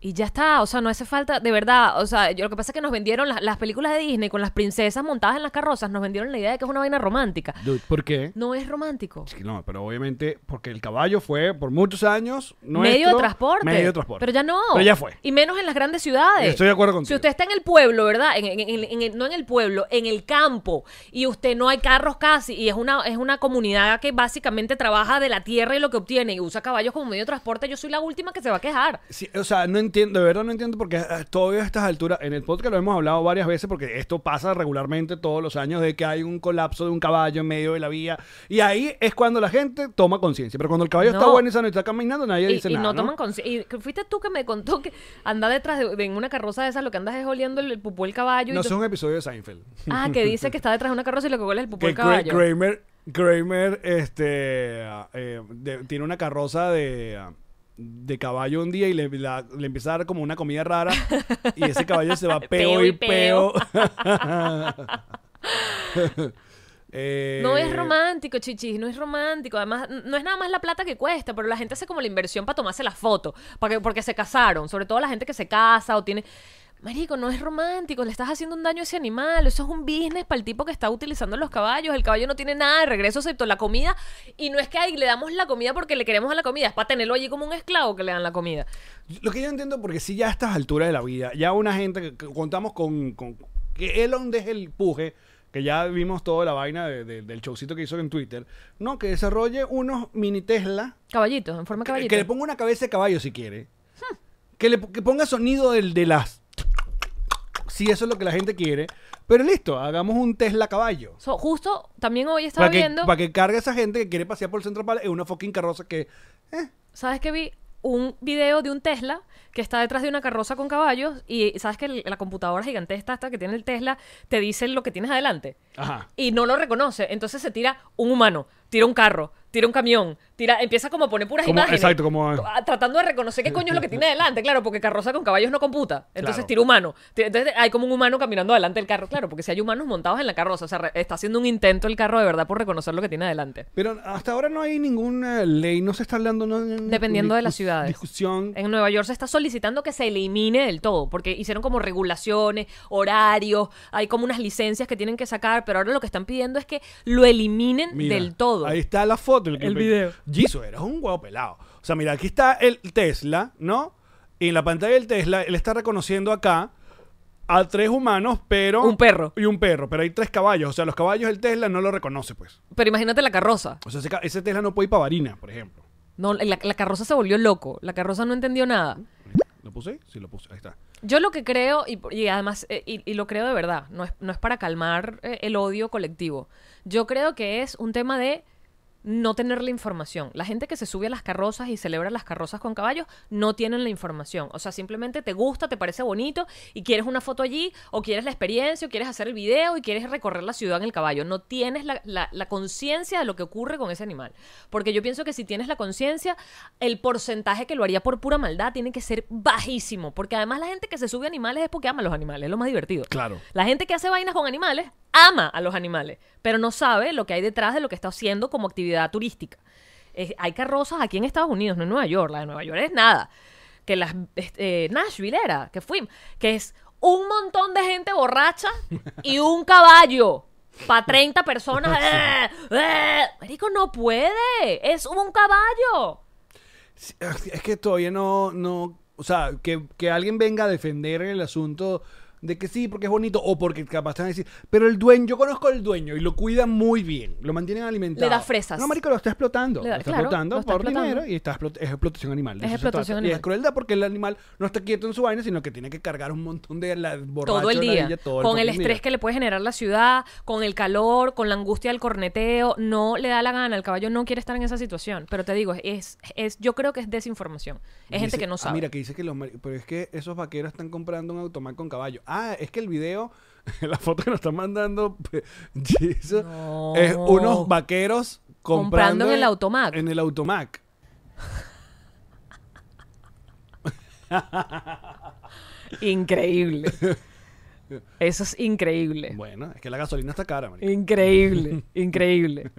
Y ya está, o sea, no hace falta, de verdad, o sea, yo, lo que pasa es que nos vendieron las, las películas de Disney con las princesas montadas en las carrozas, nos vendieron la idea de que es una vaina romántica.
Dude, ¿por qué?
No es romántico.
Sí, No, pero obviamente porque el caballo fue por muchos años nuestro
medio de transporte.
Medio de transporte.
Pero ya no.
Pero ya fue.
Y menos en las grandes ciudades.
Estoy de acuerdo contigo.
Si usted está en el pueblo, ¿verdad? En- en- en- en el- no en el pueblo, en el campo, y usted no hay carros casi, y es una, es una comunidad que básicamente trabaja de la tierra y lo que obtiene, y usa caballos como medio de transporte, yo soy la última que se va a quejar.
Sí, o sea, no entiendo, de verdad no entiendo porque ah, todavía a estas alturas, en el podcast lo hemos hablado varias veces porque esto pasa regularmente todos los años de que hay un colapso de un caballo en medio de la vía y ahí es cuando la gente toma conciencia, pero cuando el caballo está
No.
bueno y sano y está caminando nadie
Y,
dice
y
nada.
no toman conciencia. Y que fuiste tú que me contó que anda detrás de, de en una carroza de esas, lo que andas es oliendo el, el pupú del caballo. y
No,
tú-
eso es un episodio de Seinfeld.
Ah, que dice que está detrás de una carroza y lo que huele es el pupú
Que
del
Gra-
caballo.
Kramer, Kramer este, eh, de- tiene una carroza de, de caballo un día y le, la- le empieza a dar como una comida rara y ese caballo se va peo
Peo
y
y
peo.
peo.
Eh,
No es romántico, chichis, no es romántico. Además, n- no es nada más la plata que cuesta, pero la gente hace como la inversión para tomarse la foto, para que, porque se casaron, sobre todo la gente que se casa o tiene... Marico, no es romántico, le estás haciendo un daño a ese animal, eso es un business para el tipo que está utilizando los caballos, el caballo no tiene nada de regreso excepto la comida, y no es que ahí le damos la comida porque le queremos a la comida, es para tenerlo allí como un esclavo que le dan la comida.
Lo que yo no entiendo, porque si ya a estas alturas de la vida, ya una gente que, que contamos con, con- que Elon deje el puje, que ya vimos toda la vaina de- de- del showcito que hizo en Twitter, no, que desarrolle unos mini Tesla,
Caballito, en forma de
que,
caballito.
que le ponga una cabeza de caballo si quiere, que le po- que ponga sonido del de las, si eso es lo que la gente quiere, pero listo, hagamos un Tesla caballo.
So, justo, también hoy estaba
Para que,
viendo...
pa' que cargue a esa gente que quiere pasear por el centro Pal- en una fucking carroza que
¿Sabes que vi? Un video de un Tesla que está detrás de una carroza con caballos y sabes que el- la computadora gigantesca esta que tiene el Tesla te dice lo que tienes adelante
Ajá.
y no lo reconoce. Entonces se tira un humano, tira un carro, tira un camión, tira, empieza como a poner puras
Como-
imágenes.
exacto, como-
a- Tratando de reconocer qué coño es lo que tiene adelante, claro, porque carroza con caballos no computa. Entonces
Claro.
tira humano. Tira- Entonces hay como un humano caminando adelante del carro, claro, porque si hay humanos montados en la carroza, o sea, re- está haciendo un intento el carro de verdad por reconocer lo que tiene adelante.
Pero hasta ahora no hay ninguna ley, no se está hablando. No, no-
Dependiendo de las
discus-
ciudades.
Discusión.
En Nueva York se está solicitando que se elimine del todo, porque hicieron como regulaciones, horarios, hay como unas licencias que tienen que sacar, pero ahora lo que están pidiendo es que lo eliminen
Mira,
del todo.
Ahí está la foto.
El video.
Giso, eres un huevo pelado. O sea, mira, aquí está el Tesla, ¿no? Y en la pantalla del Tesla, él está reconociendo acá a tres humanos, pero...
Un perro.
Y un perro, pero hay tres caballos. O sea, los caballos el Tesla no lo reconoce, pues.
Pero imagínate la carroza.
O sea, ese, ca- ese Tesla no puede ir para Varina, por ejemplo.
No, la, la carroza se volvió loco. La carroza no entendió nada.
¿Lo puse? Sí, lo puse. Ahí está.
Yo lo que creo, y, y además, eh, y, y lo creo de verdad, no es, no es para calmar eh, el odio colectivo. Yo creo que es un tema de no tener la información. La gente que se sube a las carrozas y celebra las carrozas con caballos no tienen la información. O sea, simplemente te gusta, te parece bonito y quieres una foto allí, o quieres la experiencia, o quieres hacer el video y quieres recorrer la ciudad en el caballo. No tienes la, la- la conciencia de lo que ocurre con ese animal. Porque yo pienso que si tienes la conciencia, el porcentaje que lo haría por pura maldad tiene que ser bajísimo. Porque además la gente que se sube a animales es porque ama a los animales, es lo más divertido.
Claro.
La gente que hace vainas con animales ama a los animales, pero no sabe lo que hay detrás de lo que está haciendo como actividad turística. Es- hay carrozas aquí en Estados Unidos, no en Nueva York. La de Nueva York es nada. Que las este, eh, Nashville era, que fuimos, que es un montón de gente borracha y un caballo. Para 30 personas. ¡Eh! ¡Eh! Marico, no puede. Es un caballo.
Sí, ah, Es que todavía no, no, o sea, que, que alguien venga a defender el asunto de que sí, porque es bonito, o porque capaz te van a decir, pero el dueño, yo conozco al dueño y lo cuida muy bien, lo mantienen alimentado.
Le da fresas.
No, marico, lo está explotando.
Le
lo
da-
está
claro,
explotando
lo está
por
explotando.
dinero y está explot- es explotación animal. de
Es
eso se
explotación
trata. Y es
animal.
crueldad porque el animal no está quieto en su vaina, sino que tiene que cargar un montón de la borracho,
todo el día,
ladilla, todo
con el
fucking
estrés
día.
que le puede generar la ciudad, con el calor, con la angustia del corneteo, no le da la gana, el caballo no quiere estar en esa situación, pero te digo, es, es yo creo que es desinformación, es gente
Dice-
que
ah,
no sabe.
mira, que dice que los. mari- Pero es que esos vaqueros están comprando un automac con caballo. Ah, es que el video, la foto que nos están mandando, Jesus,
No.
es unos vaqueros comprando.
Comprando en el automac.
En el automac.
Increíble. Eso es increíble.
Bueno, es que la gasolina está cara, marico.
Increíble, increíble.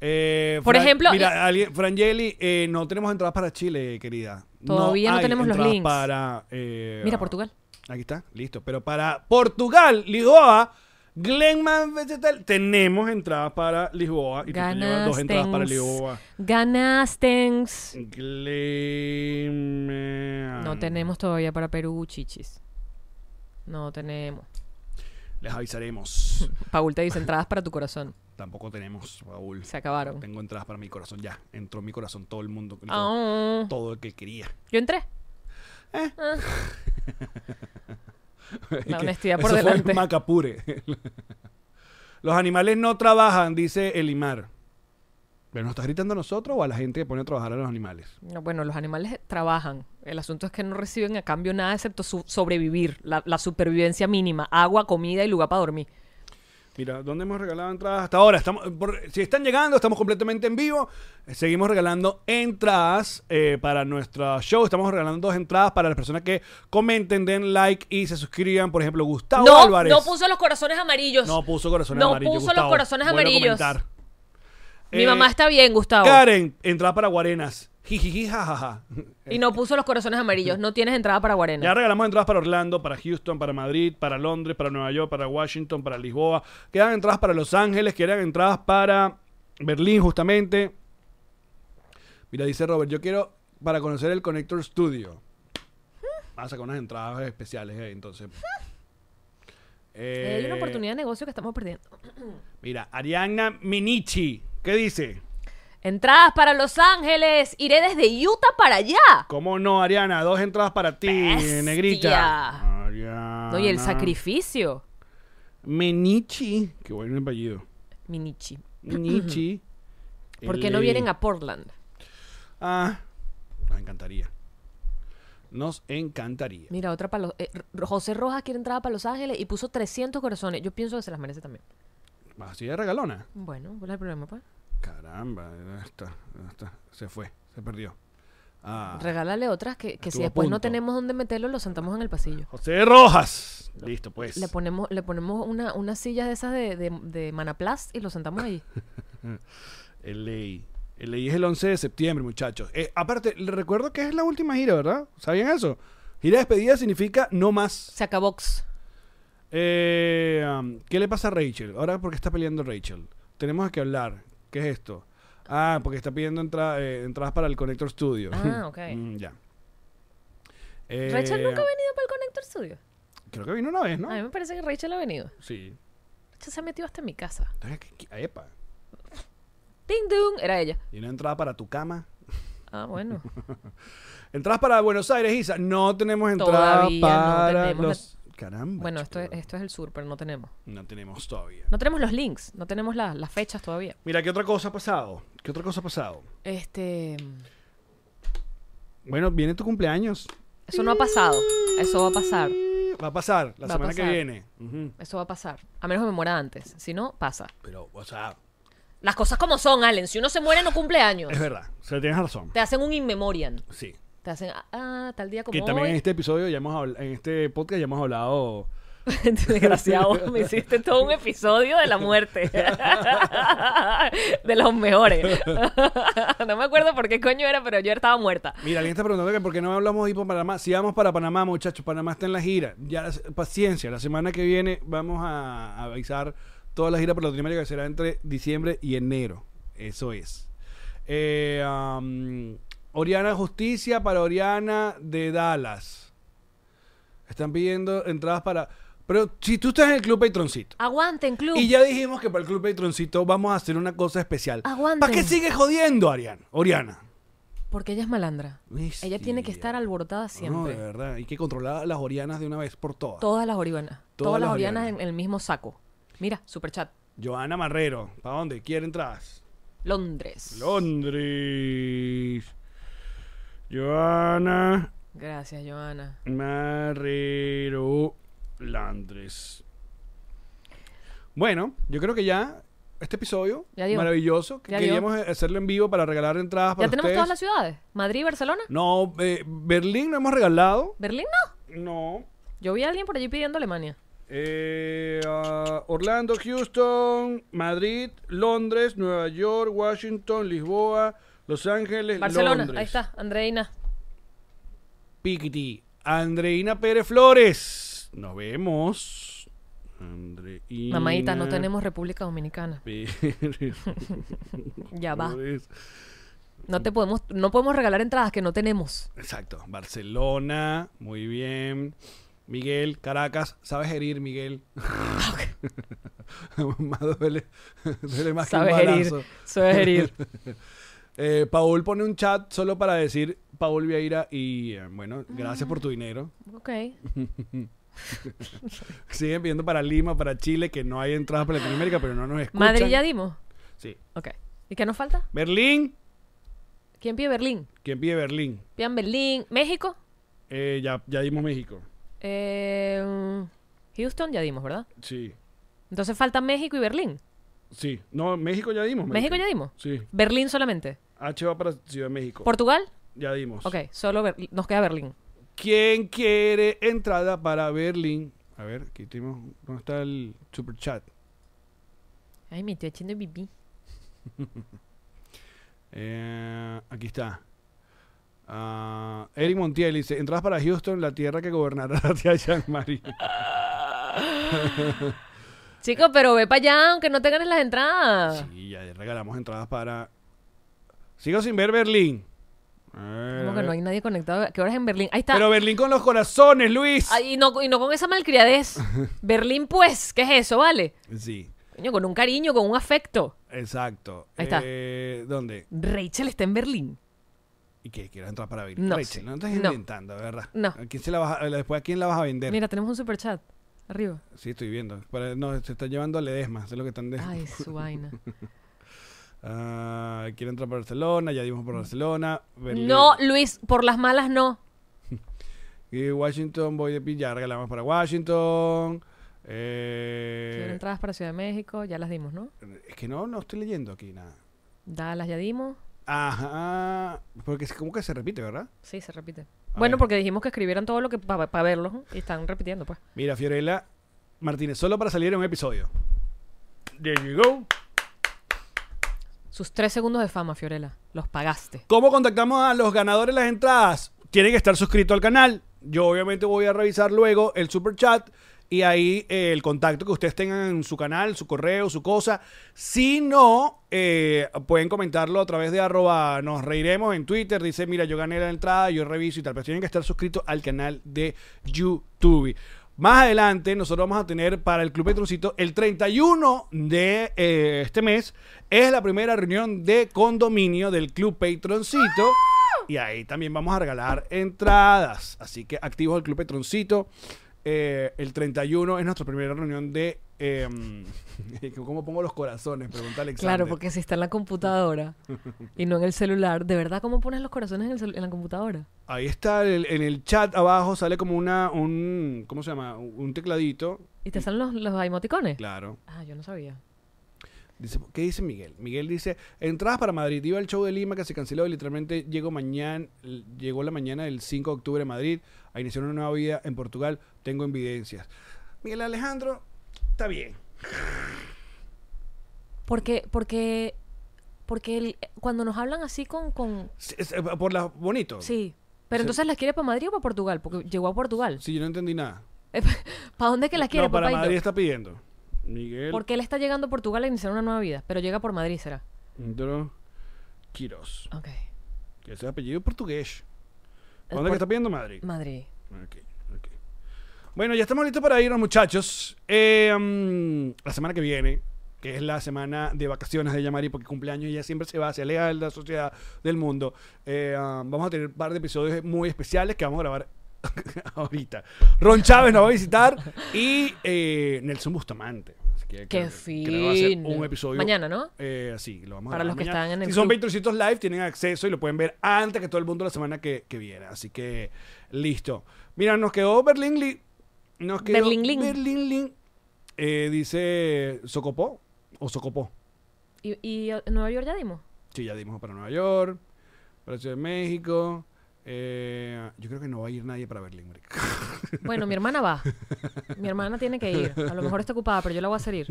Eh,
Por
Fran-
ejemplo,
Mira, alguien- Frangeli, eh, no tenemos entradas para Chile, querida.
Todavía no
hay
tenemos los
entradas
links.
Para, eh,
Mira, Portugal.
Aquí está, listo. Pero para Portugal, Lisboa, Glenman Vegetal, tenemos entradas para Lisboa. Y tú te llevas dos entradas para Lisboa.
Ganastens.
Glenman.
No tenemos todavía para Perú, chichis. No tenemos.
Les avisaremos.
Paul te dice entradas para tu corazón.
Tampoco tenemos, Raúl.
Se acabaron.
Tengo entradas para mi corazón ya. Entró mi corazón todo el mundo. Todo,
Ah.
todo el que quería.
Yo entré.
Eh.
Ah. La
Que
honestidad por
eso fue
delante.
Macapure. Los animales no trabajan, dice Elimar. ¿Pero nos estás gritando a nosotros o a la gente que pone a trabajar a los animales?
No, bueno, los animales trabajan. El asunto es que no reciben a cambio nada excepto su- sobrevivir, la, la supervivencia mínima, agua, comida y lugar para dormir.
Mira, ¿dónde hemos regalado entradas hasta ahora? Estamos, por- si están llegando, estamos completamente en vivo. Eh, Seguimos regalando entradas eh, para nuestro show. Estamos regalando dos entradas para las personas que comenten, den like y se suscriban. Por ejemplo, Gustavo
no,
Álvarez.
no puso los corazones amarillos.
No puso corazones
No
amarillos.
puso los
Gustavo.
corazones
Vuelve a
amarillos.
comentar.
Mi
Eh,
mamá está bien, Gustavo.
Karen, entrada para Guarenas. Jijiji, jajaja.
Y no puso los corazones amarillos. No tienes entrada para Guarena.
Ya regalamos entradas para Orlando, para Houston, para Madrid, para Londres, para Nueva York, para Washington, para Lisboa. Quedan entradas para Los Ángeles, quedan entradas para Berlín, justamente. Mira, dice Robert, yo quiero para conocer el Connector Studio. Vas a sacar unas entradas especiales, eh, entonces.
Eh, hay una
Eh,
oportunidad de negocio que estamos perdiendo.
Mira, Ariana Minichi, ¿qué dice?
Entradas para Los Ángeles. Iré desde Utah para allá.
¿Cómo no, Ariana? Dos entradas para ti,
Bestia.
negrita. Ariana.
No, y el sacrificio.
Menichi. Qué buen apellido.
Minichi.
Menichi.
¿Por qué no
Ele-
vienen a Portland?
Ah, nos encantaría. Nos encantaría.
Mira, otra para los... eh, R- José Rojas quiere entrar para Los Ángeles y puso 300 corazones. Yo pienso que se las merece también.
Así de regalona.
Bueno, ¿cuál es el problema, pues?
Caramba, ¿dónde está? ¿Dónde está? Se fue, se perdió. Ah,
Regálale otras que, que si
Estuvo a
después no
punto.
tenemos dónde meterlo, lo sentamos en el pasillo.
José Rojas. Listo, pues.
Le ponemos, le ponemos una, unas sillas de esas de, de, de Manaplas y lo sentamos ahí.
El ley. El ley es el 11 de septiembre, muchachos. Eh, aparte, les recuerdo que es la última gira, ¿verdad? ¿Sabían eso? Gira de despedida significa no más.
Se acabó.
Eh, um, ¿Qué le pasa a Rachel? Ahora, ¿por qué está peleando Rachel? Tenemos que hablar. ¿Qué es esto? Ah, porque está pidiendo entra- eh, entradas para el Connector Studio.
Ah, ok.
Mm, ya.
Rachel
Eh,
nunca ha venido para el Connector estudio?
Creo que vino una vez, ¿no?
A mí me parece que Rachel ha venido.
Sí.
Rachel se ha metido hasta en mi casa.
Entonces, ¿qué- qué- Epa.
¡Ding, dong! Era ella.
Y una entrada para tu cama.
Ah, bueno.
Entradas para Buenos Aires, Isa. No tenemos entrada
Todavía no
para
tenemos
los. Caramba.
Bueno, esto es,
chico.
esto es el sur, pero no tenemos.
No tenemos todavía.
No tenemos los links, no tenemos la- las fechas todavía.
Mira, ¿qué otra cosa ha pasado? ¿Qué otra cosa ha pasado?
Este.
Bueno, viene tu cumpleaños.
Eso no ha pasado. Eso va a pasar.
Va a pasar la
Va a
semana que
pasar.
viene. Ujú.
Eso va a pasar. A menos que me muera antes. Si no, pasa.
Pero, o sea,
Las cosas como son, Allen. Si uno se muere, no cumple años.
es verdad. O sea, tienes razón.
Te hacen un in memoriam.
Sí.
Te hacen, ah, ah, tal día como
Que también en
hoy.
este episodio ya hemos habl- en este podcast ya hemos hablado.
Desgraciado, me hiciste todo un episodio de la muerte. de los mejores. no me acuerdo por qué coño era, pero yo estaba muerta.
Mira, alguien está preguntando que por qué no hablamos de ir para Panamá. Si vamos para Panamá, muchachos, Panamá está en la gira. Ya, la- paciencia, la semana que viene vamos a, a avisar toda la gira para Latinoamérica que será entre diciembre y enero. Eso es. Eh, am, Oriana Justicia para Oriana de Dallas. Están pidiendo entradas para... Pero si tú estás en el Club Patroncito.
Aguanten, club.
Y ya dijimos que para el Club Patroncito vamos a hacer una cosa especial.
Aguanten.
¿Para qué sigues jodiendo, Ariana? Oriana?
Porque ella es malandra. Ella tiene que
Bestia.
estar alborotada
No,
siempre.
de verdad. Hay que controlar a las orianas de una vez por todas.
Todas las orianas. Todas,
Todas
las
las
orianas
orianas.
en el mismo saco. Mira, superchat.
Joana Marrero, ¿para dónde? ¿Quiere entradas?
Londres.
Londres. Joana
Gracias, Joana.
Ah, Marrero Londres. Bueno, yo creo que ya este episodio
Ya dio.
maravilloso que
Ya dio.
queríamos hacerlo en vivo para regalar entradas para
¿Ya tenemos
ustedes.
todas las ciudades? ¿Madrid, Barcelona?
No, eh, Berlín no hemos regalado.
¿Berlín no?
No.
Yo vi a alguien por allí pidiendo Alemania.
Eh, ah, Orlando, Houston, Madrid, Londres, Nueva York, Washington, Lisboa, Los Ángeles,
Barcelona,
Londres.
ahí está, Andreina.
Piquiti. Andreina Pérez Flores. Nos vemos. Andreina.
Mamadita, no tenemos República Dominicana.
Pérez
Ya va.
Flores.
No te podemos, no podemos regalar entradas que no tenemos.
Exacto. Barcelona. Muy bien. Miguel, Caracas. Sabes herir, Miguel. más duele, duele más
Sabes
que un
herir,
balazo.
sabes herir.
Eh, Paul pone un chat solo para decir Paul Vieira y eh, bueno, gracias por tu dinero.
ok.
Siguen pidiendo para Lima, para Chile, que no hay entradas para Latinoamérica, pero no nos escuchan.
Madrid ya dimos.
Sí.
Ok. ¿Y qué nos falta?
Berlín.
¿Quién pide Berlín?
¿Quién pide Berlín?
Pidan Berlín. México.
Eh, ya, ya dimos México.
Eh, Houston ya dimos, ¿verdad?
Sí.
Entonces falta México y Berlín.
Sí. No, México ya dimos.
México ya dimos.
Sí.
Berlín solamente.
H va para Ciudad de México.
Portugal.
Ya dimos.
Ok, solo Berlín- nos queda Berlín.
¿Quién quiere entrada para Berlín? A ver, aquí tenemos. ¿Dónde está el super chat?
Ay, me estoy echando pipí.
Eh, aquí está. Ah, Eric Montiel dice: Entradas para Houston, la tierra que gobernará la tía Jean Marie.
Chicos, pero ve para allá, aunque no te ganes las entradas.
Sí, ya regalamos entradas para. Sigo sin ver Berlín. Eh,
Como que no hay nadie conectado. ¿Qué horas en Berlín? Ahí está.
Pero Berlín con los corazones, Luis.
Ay, y, no, y no con esa malcriadez. Berlín, pues, ¿qué es eso, vale?
Sí,
Coño, con un cariño, con un afecto.
exacto.
Ahí está.
Eh, ¿Dónde?
Rachel está en Berlín.
¿Y qué? ¿Quieres entrar para Berlín?
No
Rachel,
sé.
no estás
No.
inventando, ¿verdad?
No.
¿A quién se la vas a- después a quién la vas a vender?
Mira, tenemos un superchat. Arriba.
Sí, estoy viendo. Para- no, se está llevando a Ledesma. Eso es lo que están de...
Ay, su vaina.
Ah, quiero entrar por Barcelona, ya dimos por Barcelona. Berlín.
No, Luis, por las malas no.
Y Washington, voy de pillar, regalamos para Washington. Eh,
Quiero entradas para Ciudad de México, ya las dimos, ¿no?
es que no, no estoy leyendo aquí nada.
Dallas ya dimos.
Ajá, porque es como que se repite, ¿verdad?
Sí, se repite.
A
bueno,
ver.
porque dijimos que escribieran todo lo que para verlos ¿no? y están repitiendo, pues.
Mira, Fiorella Martínez, solo para salir en un episodio. There you go.
Sus tres segundos de fama, Fiorella. Los pagaste.
¿Cómo contactamos a los ganadores de las entradas? Tienen que estar suscritos al canal. Yo obviamente voy a revisar luego el super chat Y ahí eh, el contacto que ustedes tengan en su canal, su correo, su cosa. Si no, eh, pueden comentarlo a través de arroba nos reiremos en Twitter. Dice, mira, yo gané la entrada, yo reviso y tal. Pero tienen que estar suscritos al canal de YouTube. Más adelante, nosotros vamos a tener para el Club Petroncito el 31 de eh, este mes. Es la primera reunión de condominio del Club Patroncito. Y ahí también vamos a regalar entradas. Así que activos al Club Petroncito. Eh, el 31 es nuestra primera reunión de. eh, ¿Cómo pongo los corazones? Pregunta Alexander.
Claro, porque si está en la computadora y no en el celular, ¿de verdad cómo pones los corazones en, el celu- en la computadora?
Ahí está, el- en el chat abajo sale como una. Un, ¿Cómo se llama? Un tecladito.
¿Y te salen los, los emoticones?
Claro.
Ah, yo no sabía.
Dice, ¿Qué dice Miguel? Miguel dice, entradas para Madrid, iba al show de Lima que se canceló y literalmente llegó mañana, llegó la mañana del 5 de octubre a Madrid, a iniciar una nueva vida en Portugal, tengo evidencias. Miguel Alejandro, está bien.
Porque, porque, porque el- cuando nos hablan así con, con
Sí, es, eh, Por las bonito.
sí. Pero
Sí.
entonces las quiere para Madrid o para Portugal, porque llegó a Portugal.
Sí, yo no entendí nada.
¿Para dónde es que las quiere,
no, para
papaito?
Madrid está pidiendo. Miguel
Porque él está llegando a Portugal a iniciar una nueva vida, pero llega por Madrid, será.
Andro Quirós,
Ok.
que es el apellido portugués.
El
¿Dónde que
por-
está pidiendo Madrid?
Madrid.
Ok, ok. Bueno, ya estamos listos para irnos, muchachos. Eh, mm, la semana que viene, que es la semana de vacaciones de Yamari, porque cumpleaños ella siempre se va, se aleja de la sociedad, del mundo. Eh, ah, vamos a tener un par de episodios muy especiales que vamos a grabar ahorita. Ron Chávez nos va a visitar y eh, Nelson Bustamante. Así que
Qué
creo que- creo que va a ser
fino.
un episodio.
Mañana, ¿no?
Eh, sí, lo vamos a
Para
grabar
los que
mañana.
están en el
Si son
club.
Patrioncitos Live, tienen acceso y lo pueden ver antes que todo el mundo la semana que, que viene. Así que, listo. Mira, nos quedó Berlín Lin. Nos quedó
Berlín Lin.
Berlín Lin. Eh, dice Socopó o Socopó.
¿Y, y eh, Nueva York ya dimos?
Sí, ya dimos para Nueva York, para Ciudad de México. Eh, yo creo que no va a ir nadie para Berlín. marico.
Bueno, mi hermana va. Mi hermana tiene que ir. A lo mejor está ocupada, pero yo la voy a salir.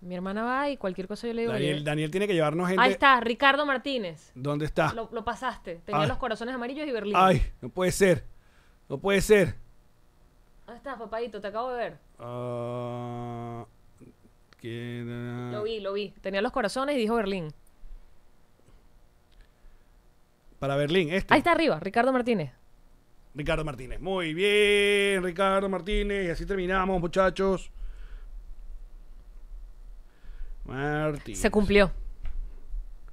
Mi hermana va y cualquier cosa yo le digo. que
Daniel,
lleve.
Daniel tiene que llevarnos gente.
Ahí está, Ricardo Martínez.
¿Dónde está?
Lo, lo pasaste. Tenía
Ay.
los corazones amarillos y Berlín.
Ah. Ay, no puede ser. No puede ser.
Ahí está, papadito, te acabo de ver.
Ah, ¿quién era?
Lo vi, lo vi. Tenía los corazones y dijo Berlín.
Para Berlín, este.
Ahí está arriba, Ricardo Martínez.
Ricardo Martínez. Muy bien, Ricardo Martínez. Y así terminamos, muchachos. Martínez.
Se cumplió.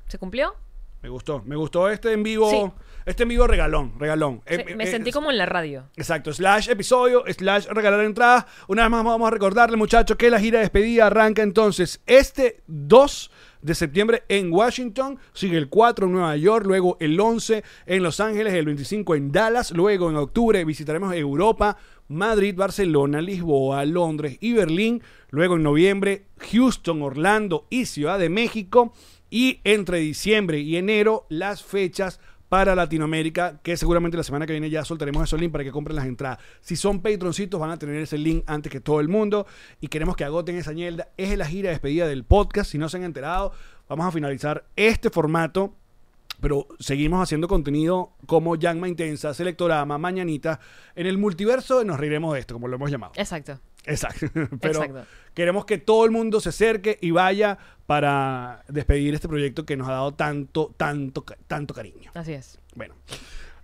¿Se cumplió?
Me gustó. Me gustó este en vivo.
Sí.
Este en vivo regalón, regalón. Eh,
Se- me
eh,
sentí
eh,
como en la radio.
Exacto, slash episodio, slash regalar entradas. Una vez más vamos a recordarle, muchachos, que la gira de despedida arranca entonces este 2 de septiembre en Washington, sigue el 4 en Nueva York, luego el 11 en Los Ángeles, el 25 en Dallas, luego en octubre visitaremos Europa, Madrid, Barcelona, Lisboa, Londres y Berlín, luego en noviembre Houston, Orlando y Ciudad de México, y entre diciembre y enero las fechas para Latinoamérica, que seguramente la semana que viene ya soltaremos esos links para que compren las entradas. Si son patroncitos, van a tener ese link antes que todo el mundo y queremos que agoten esa ñelda. Es la gira de despedida del podcast. Si no se han enterado, vamos a finalizar este formato. Pero seguimos haciendo contenido como Yangma Intensa, Selectorama, Mañanita, en el multiverso de Nos Riremos de Esto, como lo hemos llamado.
Exacto.
Exacto. Pero
Exacto.
queremos que todo el mundo se acerque y vaya para despedir este proyecto que nos ha dado tanto, tanto, ca- tanto cariño.
Así es.
Bueno,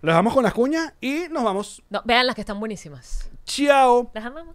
los vamos con las cuñas y nos vamos.
No, vean las que están buenísimas.
Chao.
Las amamos.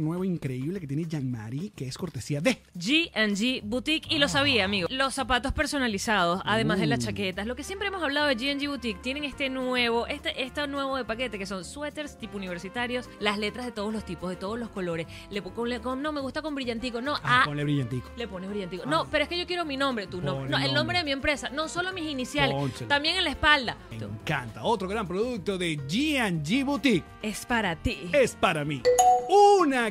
nuevo increíble que tiene Jean-Marie, que es cortesía de...
G&G Boutique y lo sabía, amigo. Los zapatos personalizados, además de
Mm.
las chaquetas, lo que siempre hemos hablado de G&G Boutique, tienen este nuevo, este, este nuevo de paquete que son suéteres tipo universitarios, las letras de todos los tipos, de todos los colores. Le po- con- le- con- no me gusta con brillantico, no,
Ah,
ah,
ponle brillantico.
le pones brillantico. No, pero es que yo quiero mi nombre, tu nombre,
Pon
no,
el
el
nombre.
nombre de mi empresa, no solo mis iniciales,
Pónselo.
también en la espalda.
Me encanta. Otro gran producto de G&G Boutique. Eh.
Es para ti.
es para mí. Una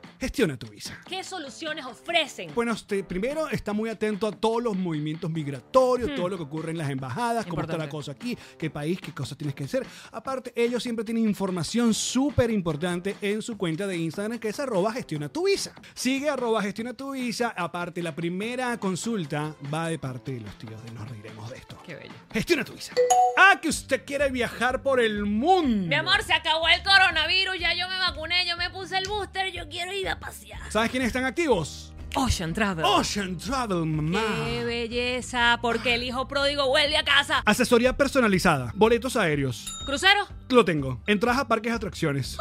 gestiona tu visa.
¿Qué soluciones ofrecen?
Bueno, este, primero está muy atento a todos los movimientos migratorios, todo lo que ocurre en las embajadas, cómo está la
Importante.
cosa aquí, qué país, qué cosas tienes que hacer. Aparte, ellos siempre tienen información súper importante en su cuenta de Instagram que es arroba gestiona tu visa. Sigue arroba gestiona tu visa. Aparte, la primera consulta va de parte de los tíos de Nos Reiremos de esto.
Qué bello.
Gestiona tu visa. Ah, que usted quiere viajar por el mundo.
Mi amor, se acabó el coronavirus, ya yo me vacuné, yo me puse el booster, yo quiero ir a pasear.
¿Sabes quiénes están activos?
Ocean Travel.
Ocean Travel, mamá.
¡Qué belleza! Porque el hijo pródigo vuelve a casa.
Asesoría personalizada. Boletos aéreos.
¿Crucero?
Lo tengo. Entradas a parques y atracciones.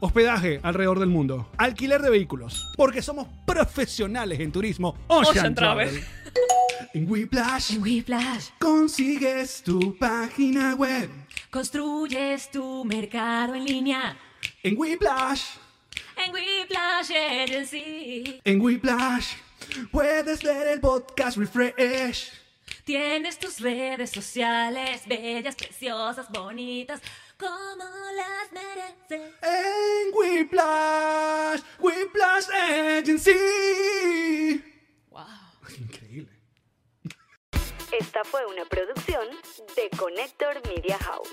Hospedaje alrededor del mundo. Alquiler de vehículos. Porque somos profesionales en turismo. Ocean,
Ocean
Travel.
Travel.
en Whiplash
Whiplash,
consigues tu página web.
construyes tu mercado en línea.
En Whiplash,
En Whiplash Agency
en Whiplash, puedes leer el podcast Refresh.
tienes tus redes sociales, bellas, preciosas, bonitas, como las mereces.
En Whiplash, Whiplash Agency.
¡Wow!
Increíble.
Esta fue una producción de Connector Media House.